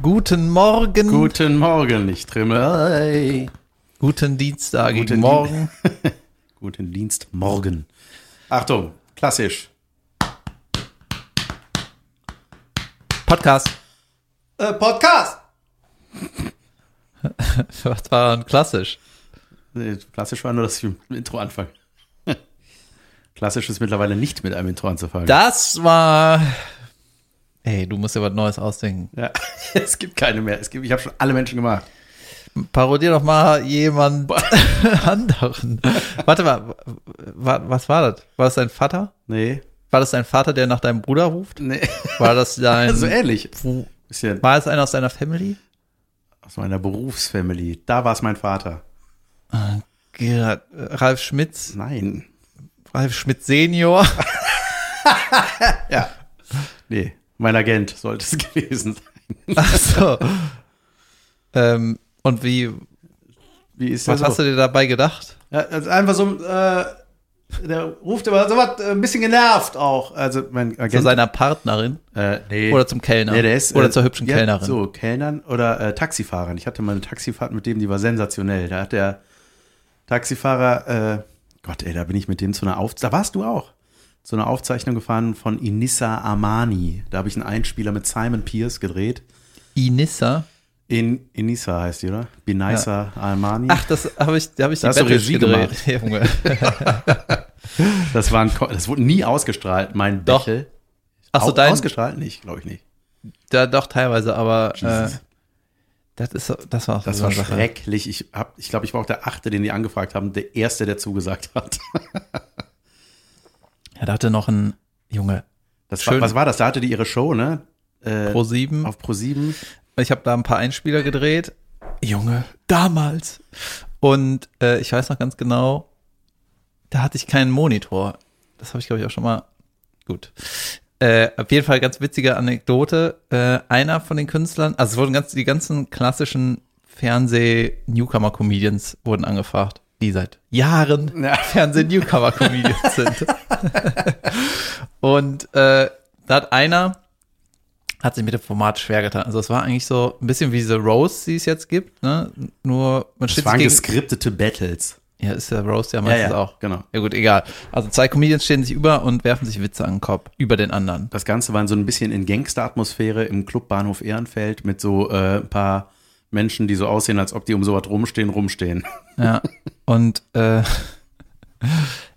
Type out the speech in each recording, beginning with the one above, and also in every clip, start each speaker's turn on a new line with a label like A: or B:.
A: Guten Morgen.
B: Guten Morgen, ich trimmel.
A: Guten Dienstag.
B: Guten Morgen. Guten Dienst morgen. Achtung, klassisch.
A: Podcast.
B: Äh, Podcast.
A: Was war denn klassisch?
B: Nee, Klassisch war nur, dass ich mit dem Intro anfange. Klassisch ist mittlerweile nicht mit einem Intro anzufangen.
A: Das war. Ey, du musst dir was Neues ausdenken.
B: ja, es gibt keine mehr. Es gibt, ich habe schon alle Menschen gemacht.
A: Parodier doch mal jemand anderen. Warte mal, wa- was war das? War das dein Vater?
B: Nee,
A: War das dein Vater, der nach deinem Bruder ruft?
B: nee.
A: War das dein.
B: so ähnlich.
A: Bru-
B: Bisschen
A: war es einer aus deiner Family?
B: aus meiner Berufsfamily. Da war es mein Vater.
A: Gerhard, äh, Ralf Schmitz,
B: Nein.
A: Ralf Schmitz Senior.
B: Ja. Nee, mein Agent sollte es gewesen sein.
A: Ach so. ähm, und wie,
B: Wie ist
A: was
B: der so?
A: hast du dir dabei gedacht?
B: Ja, also einfach so, äh, der ruft immer so was, äh, ein bisschen genervt auch. Also mein
A: Zu
B: Agent.
A: seiner Partnerin
B: äh, nee.
A: oder zum Kellner?
B: nee, der ist,
A: oder
B: äh,
A: zur hübschen
B: ja,
A: Kellnerin?
B: So, Kellnern oder äh, Taxifahrern. Ich hatte mal eine Taxifahrt mit dem, die war sensationell. Da hat der Taxifahrer, äh, Gott ey, da bin ich mit dem zu einer Aufzeichnung, da warst du auch, zu einer Aufzeichnung gefahren von Inissa Armani. Da habe ich einen Einspieler mit Simon Pierce gedreht.
A: Inissa.
B: In Inissa heißt die, oder? Benissa Armani.
A: Ach, das habe ich, da habe ich die
B: Da hast du
A: Battles
B: Regie
A: gedreht. Junge.
B: Das, war ein, Ko- das wurde nie ausgestrahlt, mein
A: Doch.
B: Bächel.
A: Ach so,
B: Au-
A: dein,
B: Ausgestrahlt nicht, glaube ich nicht.
A: da, doch teilweise, aber äh,
B: Jesus.
A: das ist, das war auch
B: Das
A: so
B: war
A: eine Sache.
B: schrecklich. Ich, hab, ich glaube, ich war auch der Achte, den die angefragt haben, der Erste, der zugesagt hat.
A: Ja, da hatte noch ein Junge
B: Das
A: Schön.
B: war, was war das? Da hatte die ihre Show, ne? Äh,
A: Pro 7.
B: auf Pro7.
A: Ich habe da ein paar Einspieler gedreht. Junge, damals. Und äh, ich weiß noch ganz genau, da hatte ich keinen Monitor. Das habe ich, glaube ich, auch schon mal. Gut. Äh, auf jeden Fall ganz witzige Anekdote. Äh, einer von den Künstlern, also es wurden ganz, die ganzen klassischen Fernseh-Newcomer-Comedians wurden angefragt, die seit Jahren
B: Ja.
A: Fernseh-Newcomer-Comedians sind. Und äh, da hat einer, hat sich mit dem Format schwer getan. Also es war eigentlich so ein bisschen wie diese Rose, die es jetzt gibt, ne? Nur man
B: Das
A: steht
B: waren
A: sich gegen.
B: geskriptete Battles.
A: Ja, ist der Rose ja meistens auch.
B: genau.
A: Ja gut, egal. Also zwei Comedians stehen sich über und werfen sich Witze an den Kopf über den anderen.
B: Das Ganze war so ein bisschen in Gangster-Atmosphäre im Club Bahnhof Ehrenfeld mit so äh, ein paar Menschen, die so aussehen, als ob die um sowas rumstehen, rumstehen.
A: Ja. und äh,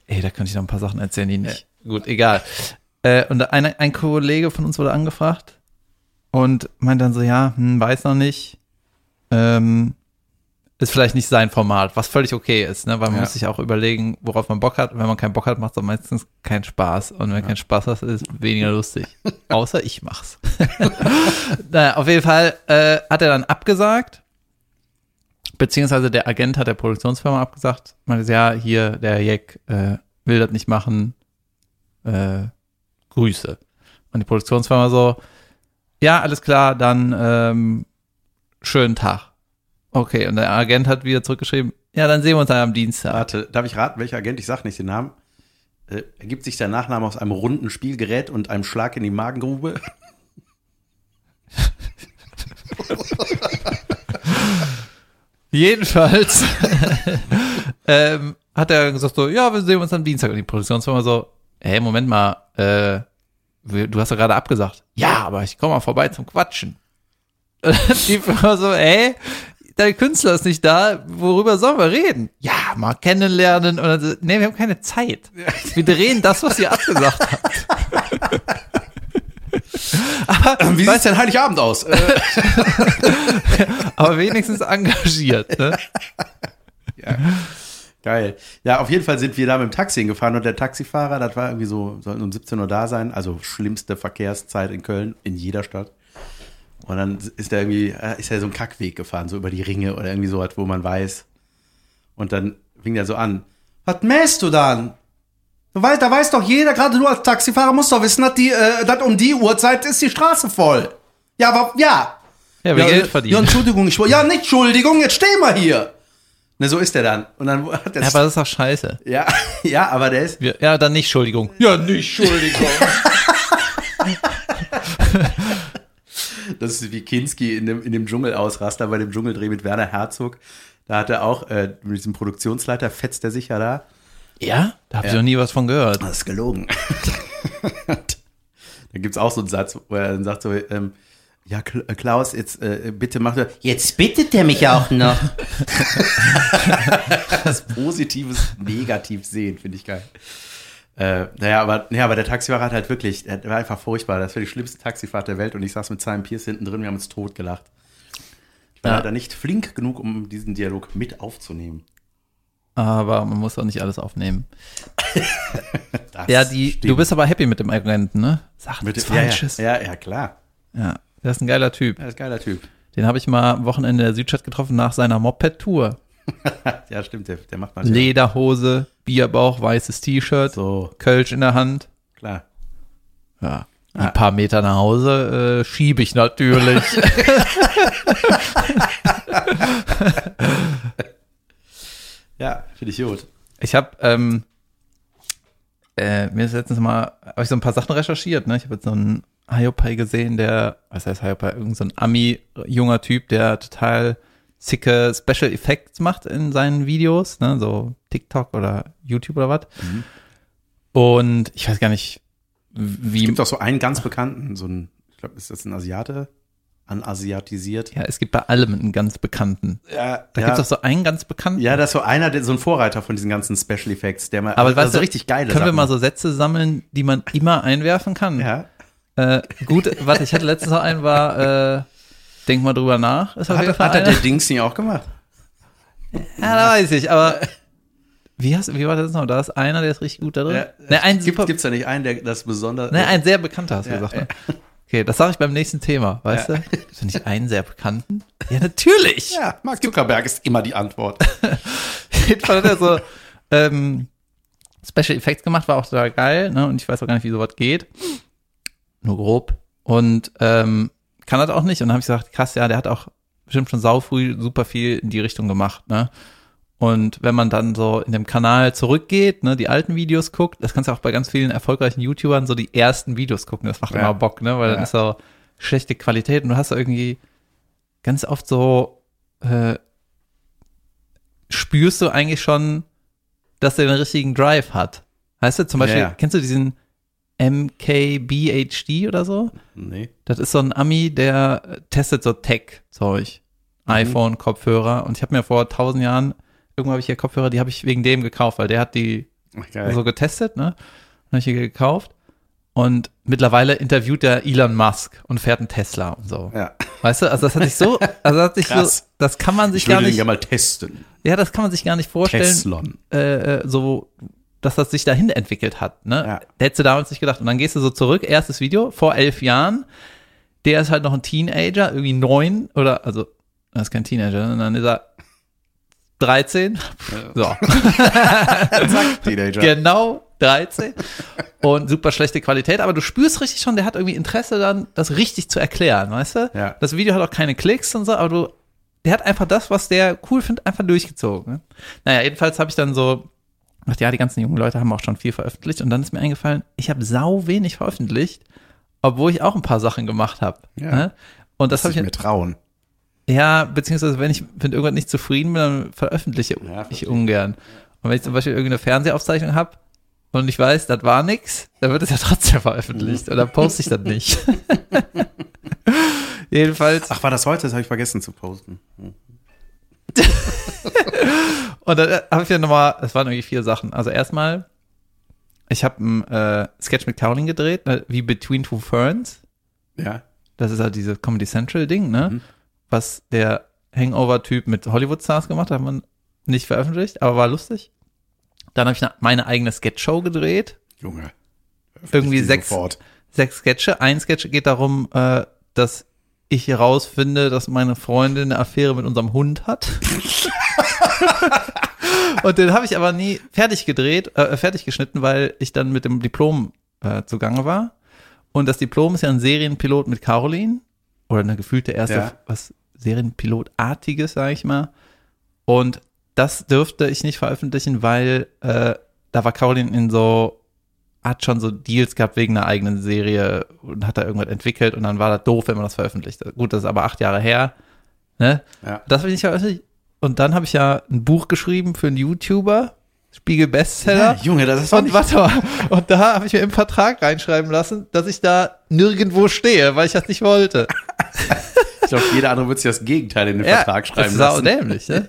A: ey, da könnte ich noch ein paar Sachen erzählen, die nicht. Gut, egal. Äh, und ein, ein Kollege von uns wurde angefragt und meint dann so, ja, hm, weiß noch nicht. Ähm, ist vielleicht nicht sein Format, was völlig okay ist, ne? Weil man
B: Ja.
A: muss sich auch überlegen, worauf man Bock hat. Und wenn man keinen Bock hat, macht es meistens keinen Spaß. Und wenn kein Spaß hat, ist es weniger lustig. Außer ich mach's. naja, auf jeden Fall äh, hat er dann abgesagt. Beziehungsweise der Agent hat der Produktionsfirma abgesagt. Meinte, ja, hier, der Jack äh, will das nicht machen. Äh, Grüße. Und die Produktionsfirma so, ja, alles klar, dann ähm, schönen Tag. Okay, und der Agent hat wieder zurückgeschrieben, ja, dann sehen wir uns dann am Dienstag.
B: Warte, darf ich raten, welcher Agent? Ich sag nicht den Namen. Äh, ergibt sich der Nachname aus einem runden Spielgerät und einem Schlag in die Magengrube?
A: Jedenfalls ähm, hat er gesagt so, ja, wir sehen uns am Dienstag. Und die Produktionsfirma so, hey, Moment mal, äh, wir- du hast ja gerade abgesagt. Ja, aber ich komme mal vorbei zum Quatschen. Und dann die Firma so, ey, dein Künstler ist nicht da, worüber sollen wir reden? Ja, mal kennenlernen. Und dann so, nee, wir haben keine Zeit. Wir drehen das, was ihr abgesagt habt.
B: Wie sieht's denn Heiligabend aus? Äh,
A: Aber wenigstens engagiert. Ne?
B: Geil. Ja, auf jeden Fall sind wir da mit dem Taxi hingefahren und der Taxifahrer, das war irgendwie so, sollten um 17 Uhr da sein, also schlimmste Verkehrszeit in Köln, in jeder Stadt. Und dann ist er irgendwie, äh, ist er so einen Kackweg gefahren, so über die Ringe oder irgendwie sowas, wo man weiß. Und dann fing er so an. Was mähst du dann? Du weißt, da weiß doch jeder, gerade du als Taxifahrer musst doch wissen, dass die, äh, dass um die Uhrzeit ist die Straße voll. Ja, aber, ja,
A: Ja, wir
B: ja,
A: Geld
B: Ja,
A: verdienen.
B: Entschuldigung, ich wollte. Ja, nicht Entschuldigung, jetzt stehen wir hier. Ne, so ist er dann. Und dann hat der
A: Ja, aber das ist doch scheiße.
B: ja, ja, aber der ist.
A: Wir, ja, dann nicht, Entschuldigung. Ja, nicht, Entschuldigung.
B: Das ist wie Kinski in dem, in dem Dschungelausraster bei dem Dschungeldreh mit Werner Herzog. Da hat er auch, äh, mit diesem Produktionsleiter fetzt er sich ja da.
A: Ja? Da habe ich noch nie was von gehört.
B: Das ist gelogen. da gibt's auch so einen Satz, wo er dann sagt so, ähm, ja, Kl- äh, Klaus, jetzt äh, bitte mach doch
C: Jetzt bittet er mich auch noch.
B: das Positives negativ sehen, finde ich geil. Äh, naja, aber, naja, aber der Taxifahrer hat halt wirklich, er war einfach furchtbar. Das war die schlimmste Taxifahrt der Welt und ich saß mit Simon Pierce hinten drin, wir haben uns tot gelacht. Ich war
A: Ja.
B: leider nicht flink genug, um diesen Dialog mit aufzunehmen.
A: Aber man muss auch nicht alles aufnehmen.
B: Das
A: Ja, die,
B: stimmt.
A: du bist aber happy mit dem Agenten, ne? Sag
B: mit
A: nichts
B: dem, ja, ja,
A: Falsches. Ja,
B: ja, ja, klar.
A: das ist ein geiler Typ.
B: Er ist ein geiler Typ.
A: Den habe ich mal am Wochenende in der Südstadt getroffen nach seiner Moped-Tour.
B: Ja, stimmt, der, der macht mal
A: Lederhose, Bierbauch, weißes T-Shirt,
B: so,
A: Kölsch in der Hand.
B: klar.
A: Ja. Ein paar Meter nach Hause äh, schiebe ich natürlich.
B: Ja, finde ich gut.
A: Ich habe ähm, äh, mir ist letztens mal hab ich so ein paar Sachen recherchiert. Ne? Ich habe jetzt so einen Hiopai gesehen, der, was heißt Hiopai, irgend so ein Ami-junger Typ, der total zicke Special Effects macht in seinen Videos, ne? so TikTok oder YouTube oder was.
B: Mhm.
A: Und ich weiß gar nicht, wie.
B: Gibt auch so einen ganz bekannten, so ein, ich glaube, ist das ein Asiate? Anasiatisiert?
A: ja, es gibt bei allem einen ganz bekannten.
B: Ja,
A: Da gibt's doch so einen ganz bekannten.
B: Ja, das ist so einer, der, so ein Vorreiter von diesen ganzen Special Effects, der mal.
A: Aber
B: das
A: weißt
B: ist so
A: du,
B: also richtig geile
A: Können wir
B: Sachen.
A: mal so Sätze sammeln, die man immer einwerfen kann?
B: Ja.
A: Äh, gut, warte, ich hatte letztens noch einen, war, äh, denk mal drüber nach. Ist auf jeden
B: Hat,
A: Fall
B: hat er
A: einer.
B: der Dings nicht auch gemacht?
A: ja, da weiß ich, aber wie, hast, wie war das noch? Da ist einer, der ist richtig gut da drin.
B: Ja.
A: ne, ein,
B: Gibt,
A: super,
B: gibt's da nicht einen, der das besonders.
A: ne, ein sehr bekannter, hast du
B: Ja,
A: gesagt. Ne? Okay, das sage ich beim nächsten Thema, weißt du? Ist nicht einen sehr bekannten? Ja, natürlich.
B: ja, Mark Zuckerberg ist immer die Antwort.
A: Jedenfalls hat er so ähm, Special Effects gemacht, war auch total geil, ne? Und ich weiß auch gar nicht, wie sowas geht. Nur grob. Und ähm, kann das auch nicht. Und dann habe ich gesagt, krass, ja, der hat auch bestimmt schon sau früh super viel in die Richtung gemacht, ne? Und wenn man dann so in dem Kanal zurückgeht, ne, die alten Videos guckt, das kannst du auch bei ganz vielen erfolgreichen YouTubern so die ersten Videos gucken, das macht
B: Ja.
A: immer Bock, ne, weil
B: Ja.
A: dann ist so schlechte Qualität und du hast da irgendwie ganz oft so, äh, spürst du eigentlich schon, dass er den richtigen Drive hat. Heißt du, zum Beispiel,
B: Ja, ja.
A: kennst du diesen MKBHD oder so?
B: Nee.
A: Das ist so ein Ami, der äh, testet so Tech-Zeug.
B: Mhm.
A: iPhone, Kopfhörer. Und ich habe mir vor tausend Jahren, irgendwann habe ich hier Kopfhörer, die habe ich wegen dem gekauft, weil der hat die
B: Geil.
A: so getestet, ne? Dann habe ich die gekauft. Und mittlerweile interviewt er Elon Musk und fährt einen Tesla und so.
B: ja.
A: Weißt du, also das hat sich so, also das hat sich so,
B: Krass.
A: das kann man sich
B: Ich würde
A: gar
B: den
A: nicht,
B: ja mal testen.
A: ja, das kann man sich gar nicht vorstellen,
B: Teslon.
A: äh, äh, so, dass das sich dahin entwickelt hat. Ne?
B: Ja.
A: Hättest du damals nicht gedacht. Und dann gehst du so zurück, erstes Video, vor elf Jahren. Der ist halt noch ein Teenager, irgendwie neun oder, also, er ist kein Teenager, ne? dann ist er 13. So,
B: Teenager.
A: genau 13. Und super schlechte Qualität, aber du spürst richtig schon, der hat irgendwie Interesse dann, das richtig zu erklären, weißt du?
B: Ja.
A: Das Video hat auch keine Klicks und so, aber du, der hat einfach das, was der cool findet, einfach durchgezogen. Ne? Naja, jedenfalls habe ich dann so gedacht, ja, die ganzen jungen Leute haben auch schon viel veröffentlicht und dann ist mir eingefallen, ich habe sau wenig veröffentlicht, obwohl ich auch ein paar Sachen gemacht habe.
B: Ja.
A: Ne? Und das
B: Das
A: habe
B: ich
A: ich,
B: mir trauen.
A: ja, beziehungsweise wenn ich mit irgendwas nicht zufrieden bin, dann veröffentliche
B: Ja,
A: ich
B: verstehe.
A: ungern. Und wenn ich zum Beispiel irgendeine Fernsehaufzeichnung habe und ich weiß, das war nix, dann wird es ja trotzdem veröffentlicht oder poste ich das nicht. Jedenfalls.
B: Ach, war das heute? Das habe ich vergessen zu posten. Hm.
A: Und dann habe ich ja nochmal, es waren irgendwie vier Sachen. Also erstmal, ich habe einen äh, Sketch mit Cowling gedreht, ne, wie Between Two Ferns.
B: Ja.
A: Das ist halt dieses Comedy Central Ding, ne? Was der Hangover-Typ mit Hollywood-Stars gemacht hat, hat man nicht veröffentlicht, aber war lustig. Dann habe ich eine- meine eigene Sketch-Show gedreht.
B: Junge. Öffentlich
A: Irgendwie
B: die
A: sechs-
B: Sofort.
A: Sechs Sketche. Ein Sketch geht darum, äh, dass ich herausfinde, dass meine Freundin eine Affäre mit unserem Hund hat. Und den habe ich aber nie fertig gedreht, äh, fertig geschnitten, weil ich dann mit dem Diplom äh, zugange war. Und das Diplom ist ja ein Serienpilot mit Caroline. Oder eine gefühlte erste,
B: Ja.
A: was Serienpilotartiges, sage ich mal. Und das dürfte ich nicht veröffentlichen, weil äh, da war Caroline in so hat schon so Deals gehabt wegen einer eigenen Serie und hat da irgendwas entwickelt und dann war das doof, wenn man das veröffentlicht. Gut, das ist aber acht Jahre her. Ne?
B: Ja.
A: Das bin ich ja. Und dann habe ich ja ein Buch geschrieben für einen YouTuber, Spiegel Bestseller.
B: Ja, Junge, das ist doch
A: Äh, Und
B: nicht-
A: warte mal, und da habe ich mir im Vertrag reinschreiben lassen, dass ich da nirgendwo stehe, weil ich das nicht wollte.
B: Ich glaube, jeder andere würde sich das Gegenteil in den Vertrag schreiben
A: das ist
B: lassen.
A: dämlich, ne?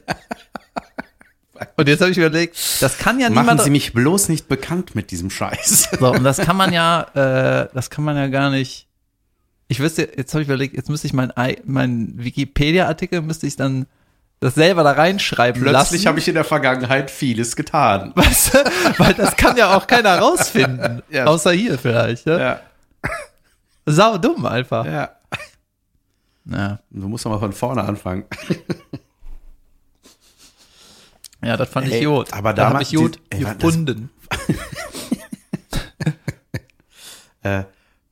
A: Und jetzt habe ich überlegt, das kann ja
B: Machen
A: niemand.
B: Sie mich bloß nicht bekannt mit diesem Scheiß.
A: so, und das kann man ja, äh, das kann man ja gar nicht. Ich wüsste, jetzt habe ich überlegt, jetzt müsste ich meinen mein Wikipedia-Artikel, müsste ich dann das selber da reinschreiben
B: Plötzlich
A: lassen.
B: habe ich in der Vergangenheit vieles getan.
A: Weißt du? Weil das kann ja auch keiner rausfinden.
B: Ja.
A: Außer hier vielleicht. Ne?
B: Ja,
A: Sau dumm einfach.
B: ja.
A: Ja.
B: Du musst doch mal von vorne anfangen.
A: Ja, das fand
B: Ey,
A: ich gut.
B: aber
A: da habe
B: damals
A: ich gut
B: die- ey, war das-
A: gefunden.
B: Äh,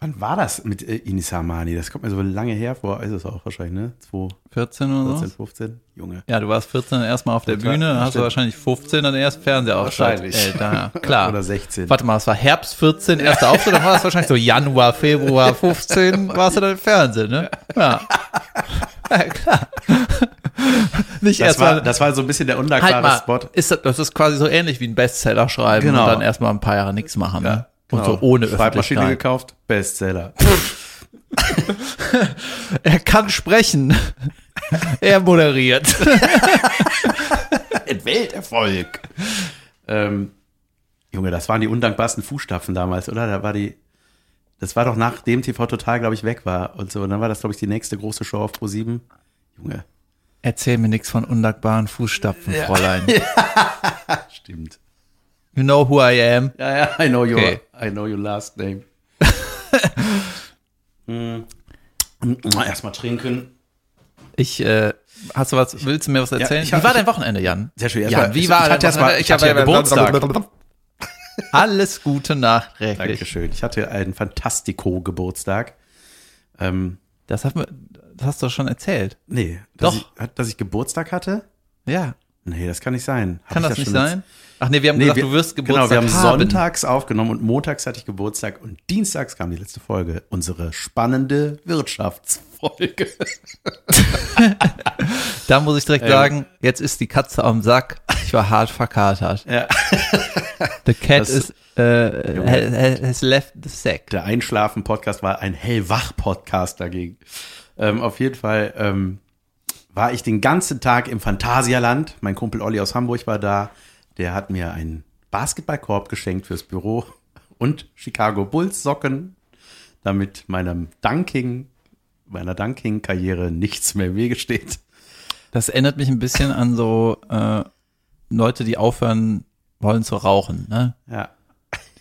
B: wann war das mit äh, Inis Amani? Das kommt mir so lange her vor. Ist es auch wahrscheinlich, ne? 2,
A: 14 oder
B: 14,
A: so?
B: 15? Junge.
A: Ja, du warst 14 erstmal auf der
B: Total.
A: Bühne, dann hast du
B: Stimmt.
A: wahrscheinlich 15 dann erst Fernseher
B: Wahrscheinlich.
A: Ey, da, klar.
B: Oder 16.
A: Warte mal, es war Herbst 14, erster Auftritt, dann war das wahrscheinlich so Januar, Februar 15, warst du dann im Fernsehen, ne? Ja. ja klar. Nicht
B: Das war,
A: erstmal.
B: das war so ein bisschen der
A: halt
B: undankbare
A: mal,
B: Spot.
A: Ist das, das ist quasi so ähnlich wie ein Bestseller schreiben
B: Genau.
A: und dann erstmal ein paar Jahre nichts machen. Ne? Und
B: Genau.
A: so ohne
B: Schreibmaschine
A: Öffentlichkeit.
B: gekauft, Bestseller.
A: Er kann sprechen. er moderiert.
B: Ein Welterfolg. ähm, Junge, das waren die undankbarsten Fußstapfen damals, oder? Da war die. Das war doch nachdem TV Total, glaube ich, weg war und so. Und dann war das, glaube ich, die nächste große Show auf Pro7. Junge,
A: Erzähl mir nichts von undankbaren Fußstapfen, Fräulein.
B: stimmt.
A: You know who I am.
B: Ja, ja, I know your,
A: Okay.
B: I know your last name. Hm. Mm, Erstmal trinken.
A: Ich, äh, hast du was, willst du mir was erzählen?
B: ich hab-
A: wie war
B: ich-
A: dein Wochenende, Jan?
B: Sehr schön.
A: Jan, wie war
B: ich hatte
A: dein
B: erstmal,
A: Wochenende?
B: ich hatte ja Geburtstag.
A: Alles Gute nachträglich.
B: Dankeschön. Ich hatte einen Fantastico-Geburtstag. Ähm,
A: Das, hat, mir- das hast du schon erzählt.
B: nee, dass
A: Doch.
B: Ich, hat- dass ich Geburtstag hatte?
A: Ja,
B: Nee, das kann nicht sein. Hab
A: kann
B: ich
A: das nicht
B: schon jetzt-
A: sein? Ach nee, wir haben
B: Nee,
A: gesagt,
B: wir,
A: du wirst Geburtstag
B: Genau, wir haben,
A: haben.
B: sonntags aufgenommen und montags hatte ich Geburtstag und dienstags kam die letzte Folge. Unsere spannende Wirtschaftsfolge.
A: Da muss ich direkt
B: Äh.
A: sagen, jetzt ist die Katze am Sack. Ich war hart verkatert.
B: Ja.
A: The cat
B: Das-
A: is, äh, ha- ha- has left the sack.
B: Der Einschlafen-Podcast war ein Hellwach-Podcast dagegen. Ähm, auf jeden Fall ähm, war ich den ganzen Tag im Phantasialand. Mein Kumpel Olli aus Hamburg war da. Der hat mir einen Basketballkorb geschenkt fürs Büro und Chicago Bulls Socken, damit meinem Dunking, meiner Dunking-Karriere nichts mehr im Wege steht.
A: Das erinnert mich ein bisschen an so äh, Leute, die aufhören wollen zu rauchen. Ne?
B: Ja.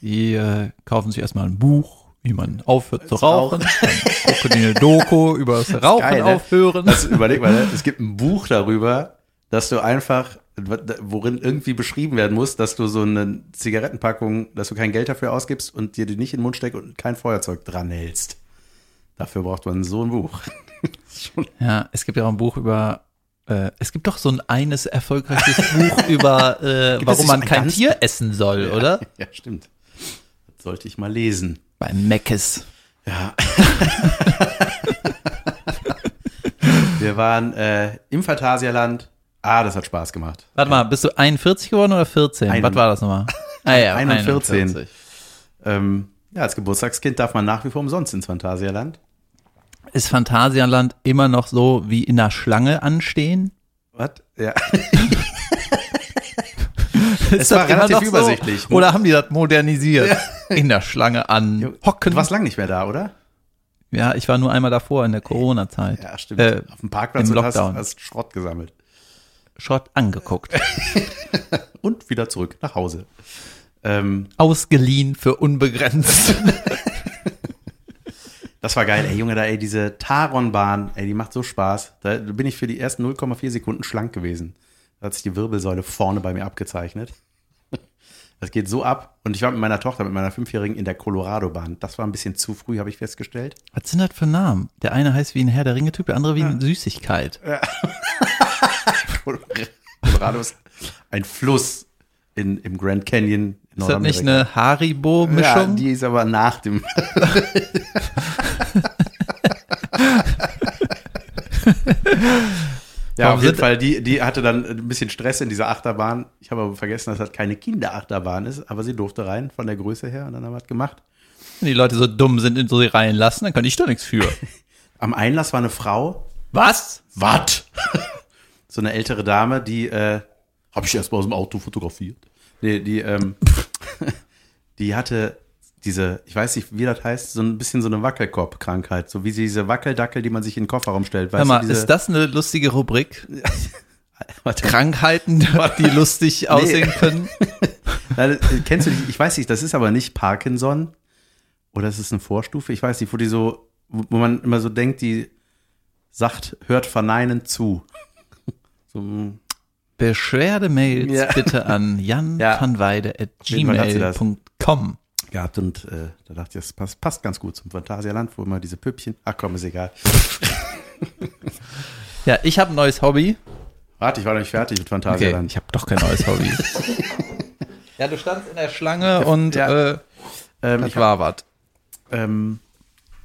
A: Die äh, kaufen sich erstmal ein Buch, wie man aufhört zu rauchen. Dann gucken die eine Doku über das Rauchen
B: geil, ne?
A: aufhören.
B: Das, überleg mal, ne? es gibt ein Buch darüber, dass du einfach, worin irgendwie beschrieben werden muss, dass du so eine Zigarettenpackung, dass du kein Geld dafür ausgibst und dir die nicht in den Mund steckst und kein Feuerzeug dranhältst. Dafür braucht man so ein Buch.
A: ja, es gibt ja auch ein Buch über äh, es gibt doch so ein eines erfolgreiches Buch über, äh,
B: es
A: warum
B: nicht
A: man
B: ein
A: kein
B: ganz-
A: Tier essen soll, oder?
B: Ja, stimmt. Das sollte ich mal lesen.
A: Bei Meckes.
B: Wir waren äh, im Phantasialand. Ah, das hat Spaß gemacht.
A: Warte mal, bist du 41 geworden oder 14?
B: Ein-
A: Was war das nochmal? Ah ja,
B: 41. Ähm, ja, als Geburtstagskind darf man nach wie vor umsonst ins Phantasialand.
A: Ist Phantasialand immer noch so wie in der Schlange anstehen?
B: Was? Ja.
A: Es
B: war relativ übersichtlich,
A: So?
B: ne?
A: Oder haben die das modernisiert? In der Schlange an.
B: Du
A: Hocken.
B: warst lang nicht mehr da, oder?
A: Ja, ich war nur einmal davor in der Corona-Zeit.
B: Ja, stimmt.
A: Äh,
B: Auf dem Parkplatz
A: im
B: und hast,
A: Lockdown.
B: hast Schrott gesammelt.
A: Schrott angeguckt.
B: Und wieder zurück nach Hause. Ähm,
A: Ausgeliehen für unbegrenzt.
B: das war geil. Ey, Junge, da, ey, diese Taronbahn, ey, die macht so Spaß. Da bin ich für die ersten 0,4 Sekunden schlank gewesen. Da hat sich die Wirbelsäule vorne bei mir abgezeichnet. Das geht so ab. Und ich war mit meiner Tochter, mit meiner Fünfjährigen in der Colorado-Bahn. Das war ein bisschen zu früh, habe ich festgestellt.
A: Was sind das für Namen? Der eine heißt wie ein Herr der Ringe-Typ, der andere wie eine Süßigkeit.
B: Colorado ist ein Fluss in, im Grand Canyon
A: Ist das nicht eine
B: Ja,
A: Haribo-Mischung?
B: die ist aber nach dem. ja,
A: Warum
B: auf jeden
A: sind-
B: Fall, die, die hatte dann ein bisschen Stress in dieser Achterbahn. Ich habe aber vergessen, dass das keine Kinderachterbahn ist, aber sie durfte rein von der Größe her und dann haben wir es gemacht.
A: Wenn die Leute so dumm sind und so sie reinlassen, dann kann ich doch nichts für.
B: Am Einlass war eine Frau,
A: Was?
B: was? so eine ältere Dame, die äh, habe ich erst mal aus dem Auto fotografiert. Nee, die, ähm, die hatte diese, ich weiß nicht, wie das heißt, so ein bisschen so eine Wackelkorb-Krankheit, so wie diese Wackeldackel, die man sich in den Kofferraum stellt. Weißt
A: Hör mal,
B: du, diese,
A: ist das eine lustige Rubrik?
B: Warte.
A: Krankheiten, die lustig aussehen können?
B: Nein, kennst du die? Ich weiß nicht, das ist aber nicht Parkinson oder ist es eine Vorstufe? Ich weiß nicht, wo die so, wo wo man immer so denkt, die sagt, hört verneinend zu. So, mm.
A: Beschwerdemails
B: Ja.
A: bitte an jan
B: Ja.
A: van Weide at
B: Wen hat sie das?
A: gmail.com.
B: gehabt und äh, da dachte ich, das passt, passt ganz gut zum Phantasialand, wo immer diese Püppchen. Ach komm, ist egal.
A: Ja, ich habe ein neues Hobby.
B: Warte, ich war noch nicht fertig mit
A: Okay,
B: Phantasialand.
A: ich habe doch kein neues Hobby. ja, du standst in der Schlange und
B: Ja.
A: äh,
B: ähm,
A: das
B: ich,
A: war was.
B: ähm,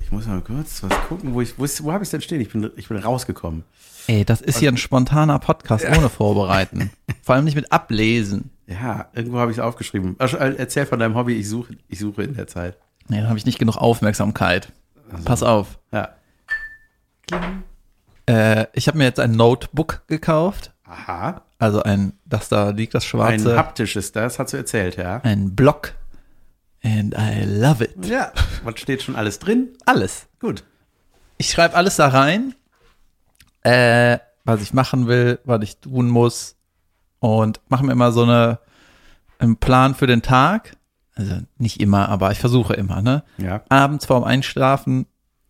B: ich muss mal kurz was gucken, wo ich, wo, ist- wo habe ich denn stehen? Ich bin, ich bin rausgekommen.
A: Ey, das ist hier ein spontaner Podcast ohne Vorbereiten. Vor allem nicht mit Ablesen.
B: Ja, irgendwo habe ich es aufgeschrieben. Ach, äh, Erzähl von deinem Hobby, ich suche, ich suche in der Zeit.
A: Nee, dann habe ich nicht genug Aufmerksamkeit. Pass auf.
B: Ja.
A: Äh, ich habe mir jetzt ein Notebook gekauft.
B: Aha.
A: Also ein, das da liegt, das
B: Ein
A: schwarze.
B: haptisches, das hast du erzählt, ja.
A: Ein Block. And I love it.
B: Ja. Was steht schon alles drin?
A: Alles.
B: Gut.
A: Ich schreibe alles da rein, äh, was ich machen will, was ich tun muss und mache mir immer so eine, einen Plan für den Tag. Also nicht immer, aber ich versuche immer. Ne?
B: Ja.
A: Abends vorm Einschlafen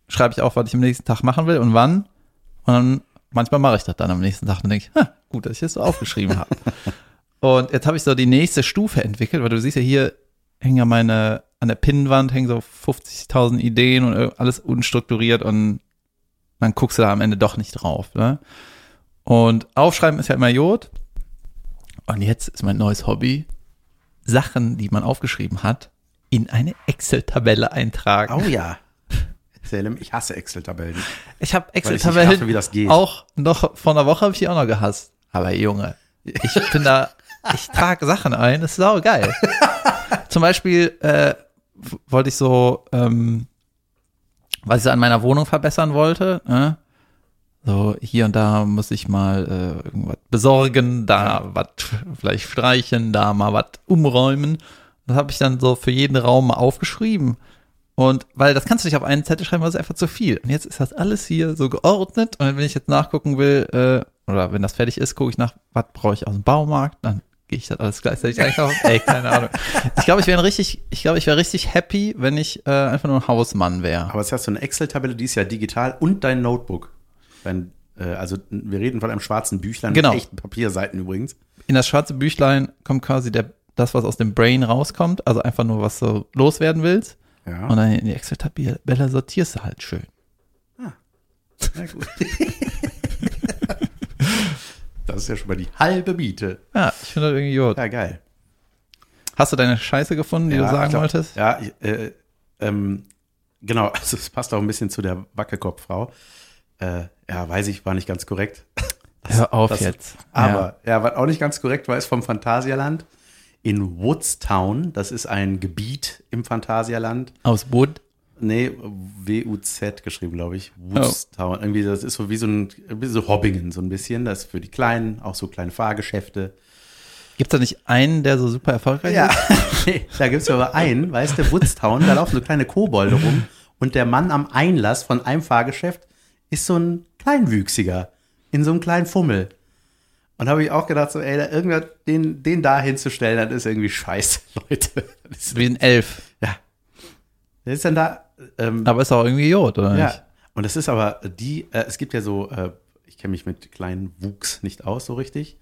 A: schreibe ich auf, was ich am nächsten Tag machen will und wann. Und dann, manchmal mache ich das dann am nächsten Tag und denke ich, "Ha, gut, dass ich das so aufgeschrieben habe. Und jetzt habe ich so die nächste Stufe entwickelt, weil du siehst ja hier hängen ja meine, an der Pinnwand hängen so 50.000 Ideen und ir- alles unstrukturiert und dann guckst du da am Ende doch nicht drauf. Ne? Und aufschreiben ist ja immer Jod. Und jetzt ist mein neues Hobby, Sachen, die man aufgeschrieben hat, in eine Excel-Tabelle eintragen.
B: Oh ja. Erzähl ihm, ich hasse Excel-Tabellen.
A: Ich habe
B: nicht
A: Excel-Tabellen
B: raffe, wie das geht.
A: auch noch vor einer Woche habe ich die auch noch gehasst. Aber Junge, ich bin da, ich trage Sachen ein, das ist saugeil. geil. Zum Beispiel äh, w- wollte ich so, ähm, was ich so an meiner Wohnung verbessern wollte, ne? so hier und da muss ich mal äh, irgendwas besorgen, da was vielleicht streichen, da mal was umräumen. Das habe ich dann so für jeden Raum mal aufgeschrieben. Und weil das kannst du nicht auf einen Zettel schreiben, weil es ist einfach zu viel. Und jetzt ist das alles hier so geordnet. Und wenn ich jetzt nachgucken will, äh, oder wenn das fertig ist, gucke ich nach, was brauche ich aus dem Baumarkt, dann gehe ich das alles gleichzeitig einkaufen. Ey, keine Ahnung. Ich glaube, ich wäre richtig, ich glaube, ich wäre richtig happy, wenn ich äh, einfach nur ein Hausmann wäre.
B: Aber jetzt hast du eine Excel-Tabelle, die ist ja digital und dein Notebook. Dein, äh, also wir reden von einem schwarzen Büchlein
A: Genau.
B: mit echten Papierseiten übrigens.
A: In das schwarze Büchlein kommt quasi der, das, was aus dem Brain rauskommt, also einfach nur, was du loswerden willst.
B: Ja.
A: Und dann in die Excel-Tabelle sortierst du halt schön.
B: Na gut. das ist ja schon mal die halbe Miete.
A: Ja, ich finde das irgendwie gut.
B: Ja, geil.
A: Hast du deine Scheiße gefunden, die
B: ja,
A: du sagen
B: ich glaub-
A: wolltest?
B: Ja, ich, äh, ähm, genau, also es passt auch ein bisschen zu der Wackelkopffrau. Äh, ja, weiß ich, war nicht ganz korrekt.
A: Hör auf
B: das-
A: jetzt. ja.
B: Aber ja. was auch nicht ganz korrekt war, ist vom Phantasialand in Woodstown. Das ist ein Gebiet im Phantasialand.
A: Aus Wood.
B: Nee, W-U-Z geschrieben, glaube ich. Woodstown. Irgendwie, das ist so wie so ein, wie so Hobbingen, so ein bisschen. Das ist für die Kleinen, auch so kleine Fahrgeschäfte.
A: Gibt es da nicht einen, der so super erfolgreich
B: Ja,
A: ist?
B: Nee, da gibt's aber einen, weißt du, Woodstown, da laufen so kleine Kobolde rum und der Mann am Einlass von einem Fahrgeschäft ist so ein Kleinwüchsiger in so einem kleinen Fummel. Und habe ich auch gedacht, so, ey, da irgendwer den, den da hinzustellen, das ist irgendwie scheiße, Leute. Das ist,
A: Wie ein Elf.
B: das ist dann da, ähm,
A: Aber ist auch irgendwie Jod, oder nicht?
B: ja. Und das ist aber die, äh, es gibt ja so, äh, ich kenne mich mit kleinen Wuchs nicht aus so richtig,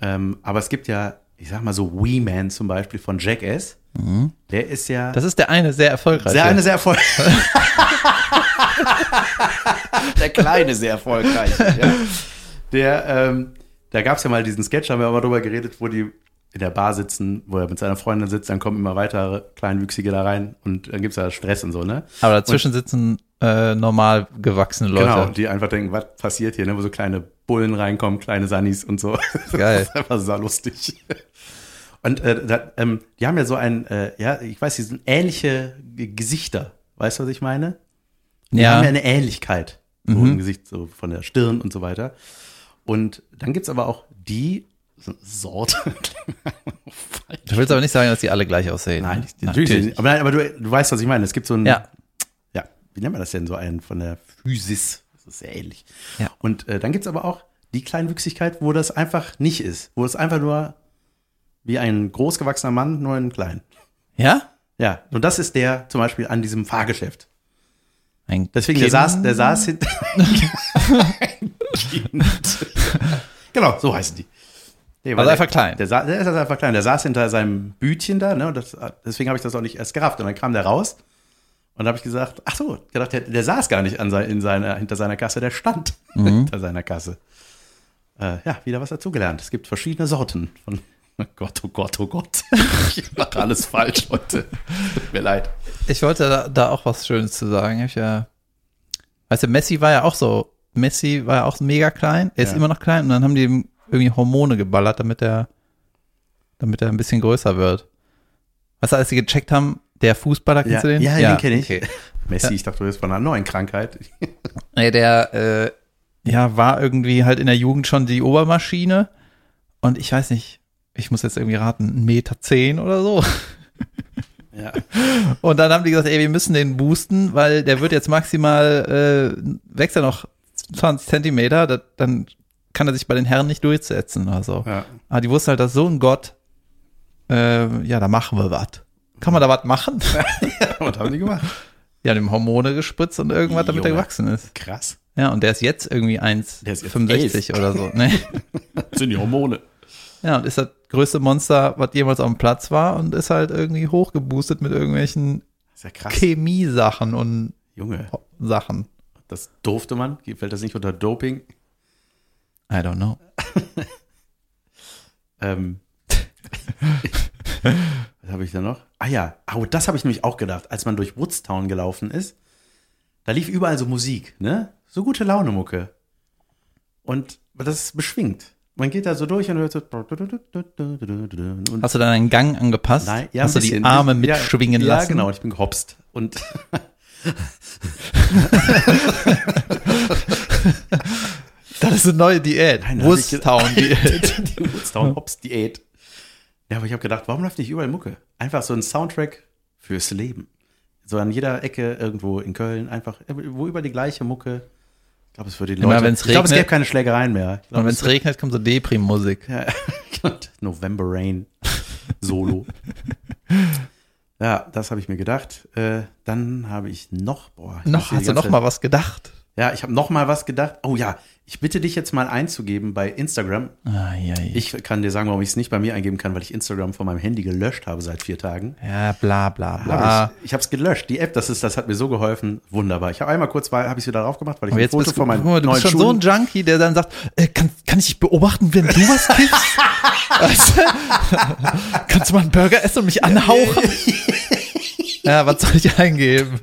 B: ähm, aber es gibt ja, ich sag mal so, Wee Man zum Beispiel von Jackass. Der ist ja.
A: Das ist der eine sehr erfolgreiche.
B: Sehr, eine sehr erfolgreiche. der Kleine sehr erfolgreiche. Ja. Der, ähm, da gab es ja mal diesen Sketch, haben wir aber drüber geredet, wo die in der Bar sitzen, wo er mit seiner Freundin sitzt, dann kommen immer weitere Kleinwüchsige da rein und dann gibt's da Stress und so, ne?
A: Aber dazwischen sitzen äh, normal gewachsene Leute.
B: Genau, die einfach denken, was passiert hier, ne? Wo so kleine Bullen reinkommen, kleine Sunnies und so.
A: Geil.
B: Das ist einfach so lustig. Und äh, da, ähm, die haben ja so ein, äh, ja, ich weiß, die sind ähnliche G Gesichter. Weißt du, was ich meine? Die haben ja eine Ähnlichkeit so im Gesicht, so von der Stirn und so weiter. Und dann gibt's aber auch die so- Sorte.
A: Du willst aber nicht sagen, dass die alle gleich aussehen.
B: nein, die- natürlich. nicht. Aber, nein, aber du, du weißt, was ich meine. Es gibt so ein,
A: Ja.
B: ja, wie nennt man das denn so einen von der Physis? Das ist sehr ähnlich.
A: Ja.
B: Und äh, dann gibt's aber auch die Kleinwüchsigkeit, wo das einfach nicht ist. Wo es einfach nur wie ein großgewachsener Mann, nur in klein.
A: Ja?
B: Ja, und das ist der zum Beispiel an diesem Fahrgeschäft.
A: Ein
B: Deswegen, der
A: Kind.
B: saß, der saß hinten. genau, so heißen die. Nee, weil
A: Also
B: der-
A: einfach klein.
B: Der, sa- der ist einfach klein. Der saß hinter seinem Bütchen da, ne? Und das, deswegen habe ich das auch nicht erst gerafft. Und dann kam der raus und habe ich gesagt, ach so, gedacht, der, der saß gar nicht an sein, in seiner, hinter seiner Kasse, der stand
A: Mhm.
B: hinter seiner Kasse. Äh, ja, wieder was dazugelernt. Es gibt verschiedene Sorten von. Oh Gott, oh Gott, oh Gott. Ich mache alles falsch, Leute. Tut mir leid.
A: Ich wollte da, da auch was Schönes zu sagen. Ich ja, weißt du, Messi war ja auch so, Messi war ja auch mega klein, er ist
B: Ja.
A: immer noch klein und dann haben die ihm irgendwie Hormone geballert, damit er, damit er ein bisschen größer wird. Weißt du, als sie gecheckt haben, der Fußballer, kennst du
B: Ja,
A: den?
B: ja, den kenne ich.
A: Okay.
B: Messi, ich dachte, du bist von einer neuen Krankheit.
A: Ey, der, äh, ja, war irgendwie halt in der Jugend schon die Obermaschine und ich weiß nicht, ich muss jetzt irgendwie raten, 1,10 Meter zehn oder so.
B: Ja.
A: Und dann haben die gesagt, ey, wir müssen den boosten, weil der wird jetzt maximal, äh, wächst er noch 20 Zentimeter, da, dann kann er sich bei den Herren nicht durchsetzen oder so.
B: Ja.
A: Aber die wussten halt, dass so ein Gott, äh, ja, da machen wir was. Kann man da was machen?
B: Und haben die gemacht.
A: Ja, dem Hormone gespritzt und irgendwas, damit er
B: Junge.
A: gewachsen ist.
B: Krass.
A: Ja, und der ist jetzt irgendwie
B: Der ist jetzt
A: 1,65 oder so. Ne?
B: Das sind die Hormone.
A: Ja, und ist das größte Monster, was jemals auf dem Platz war und ist halt irgendwie hochgeboostet mit irgendwelchen
B: Das ist ja krass.
A: Chemie-Sachen und
B: Junge,
A: Sachen.
B: das durfte man. Fällt das nicht unter Doping?
A: I don't know.
B: Ähm. Was habe ich da noch? Ah ja, oh, das habe ich nämlich auch gedacht, als man durch Woodstown gelaufen ist. Da lief überall so Musik, ne? So gute Laune-Mucke. Und das ist beschwingt. Man geht da so durch und hört so. Und
A: Hast du dann einen Gang angepasst?
B: Nein, ja,
A: Hast du
B: ein
A: die
B: bisschen.
A: Arme
B: Ja,
A: mitschwingen
B: ja,
A: lassen?
B: Ja, genau, und ich bin gehopst. Und
A: Das ist eine neue Diät.
B: Nein, hab ich ge-
A: Wursttown-Diät.
B: die Woodstown Hops Diät. Ja, aber ich habe gedacht, warum läuft nicht überall Mucke? Einfach so ein Soundtrack fürs Leben. So an jeder Ecke irgendwo in Köln, einfach, wo über die gleiche Mucke. Ich glaube, es würde die
A: Immer
B: Leute.
A: wenn's
B: ich glaube, es
A: regnet-
B: gäbe keine Schlägereien mehr. Ich glaub,
A: Und wenn es regnet, kommt so Deprim-Musik.
B: ja, und November Rain Solo. ja, das habe ich mir gedacht. Äh, dann habe ich noch, boah, ich muss
A: Noch,
B: hier die
A: hast du
B: ganze
A: noch mal was gedacht?
B: ja, ich habe noch mal was gedacht. Oh ja, ich bitte dich jetzt mal einzugeben bei Instagram.
A: Ah, ja, ja.
B: Ich kann dir sagen, warum ich es nicht bei mir eingeben kann, weil ich Instagram von meinem Handy gelöscht habe seit vier Tagen.
A: ja, bla, bla,
B: Hab
A: bla.
B: ich ich habe es gelöscht. Die App, das ist, das hat mir so geholfen. Wunderbar. Ich habe einmal kurz, habe ich es wieder drauf gemacht, weil ich
A: Aber
B: ein
A: jetzt
B: Foto
A: bist,
B: von meinen
A: guck mal, du
B: neuen
A: bist schon so ein
B: Schuhen.
A: Junkie, der dann sagt, äh, kann, kann ich dich beobachten, wenn du was kiffst? Weißt du? Kannst du mal einen Burger essen und mich anhauchen? ja, was soll ich eingeben?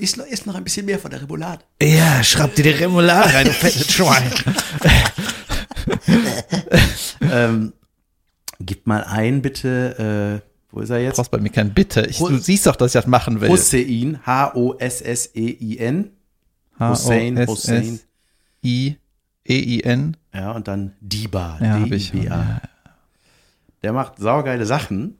B: ist, noch- ist noch ein bisschen mehr von der Remoulade.
A: Ja, schraub dir die Remoulade rein, du fettes Schwein.
B: Ähm, gib mal ein, bitte. Äh, wo ist er
A: Du
B: jetzt?
A: brauchst bei mir kein Bitte. Ich, du
B: Hus-
A: siehst doch, dass ich das machen will.
B: Hossein. H-O-S-S-E-I-N. E Hussein, Hussein.
A: I E I N.
B: Ja, und dann Diba.
A: Ja, hab ich.
B: D-I-B-A.
A: Ja.
B: Der macht saugeile Sachen.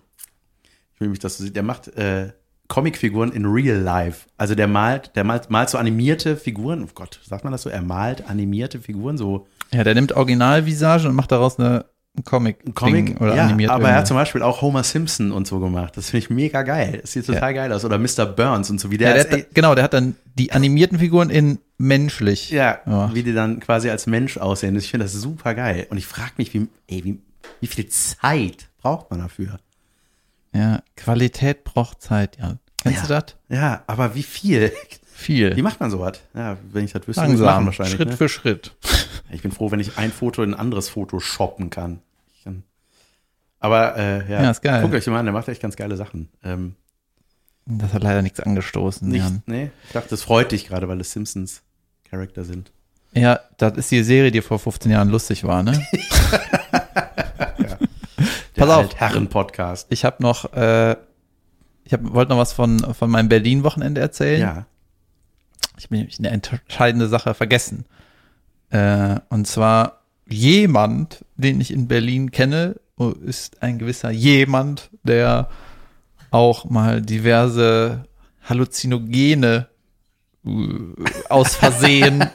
B: Ich will mich, dass du siehst. Der macht äh, Comicfiguren in real life. Also der malt, der malt, malt so animierte Figuren. Oh Gott, sagt man das so? Er malt animierte Figuren, so
A: Ja, der nimmt Originalvisage und macht daraus eine ein Comic,
B: ein Comic.
A: oder
B: ja,
A: animiert.
B: aber er hat
A: irgendwie.
B: zum Beispiel auch Homer Simpson und so gemacht. Das finde ich mega geil. Das sieht total geil aus. Oder Mr. Burns und so, wie
A: ja,
B: der,
A: der
B: als,
A: hat, dann- genau, der hat dann die animierten Figuren in menschlich.
B: Ja,
A: Ja.
B: wie die dann quasi als Mensch aussehen. Ich finde das super geil. Und ich frage mich, wie, ey, wie, wie viel Zeit braucht man dafür?
A: Ja, Qualität braucht Zeit, ja. Kennst du
B: Ja.
A: das?
B: Ja, aber wie viel? Wie
A: Viel.
B: macht man sowas? Ja, wenn ich das wüsste, würde ich es machen
A: Langsam,
B: wahrscheinlich.
A: Schritt
B: ne?
A: für Schritt.
B: Ich bin froh, wenn ich ein Foto in ein anderes Foto shoppen kann. Ich kann Aber äh, ja,
A: Ja, ist geil.
B: guckt euch den mal an, der macht echt ganz geile Sachen. Ähm,
A: Das hat leider nichts angestoßen.
B: nicht,
A: Jan.
B: nee, ich dachte, das freut dich gerade, weil es Simpsons Charakter sind.
A: Ja, das ist die Serie, die vor 15 Jahren lustig war, ne?
B: Der
A: Pass auf.
B: Herren-Podcast.
A: Ich habe noch, äh, ich hab, wollte noch was von, von meinem Berlin-Wochenende erzählen.
B: Ja.
A: Ich habe nämlich eine entscheidende Sache vergessen. Äh, und zwar jemand, den ich in Berlin kenne, oh, ist ein gewisser jemand, der auch mal diverse Halluzinogene äh, aus Versehen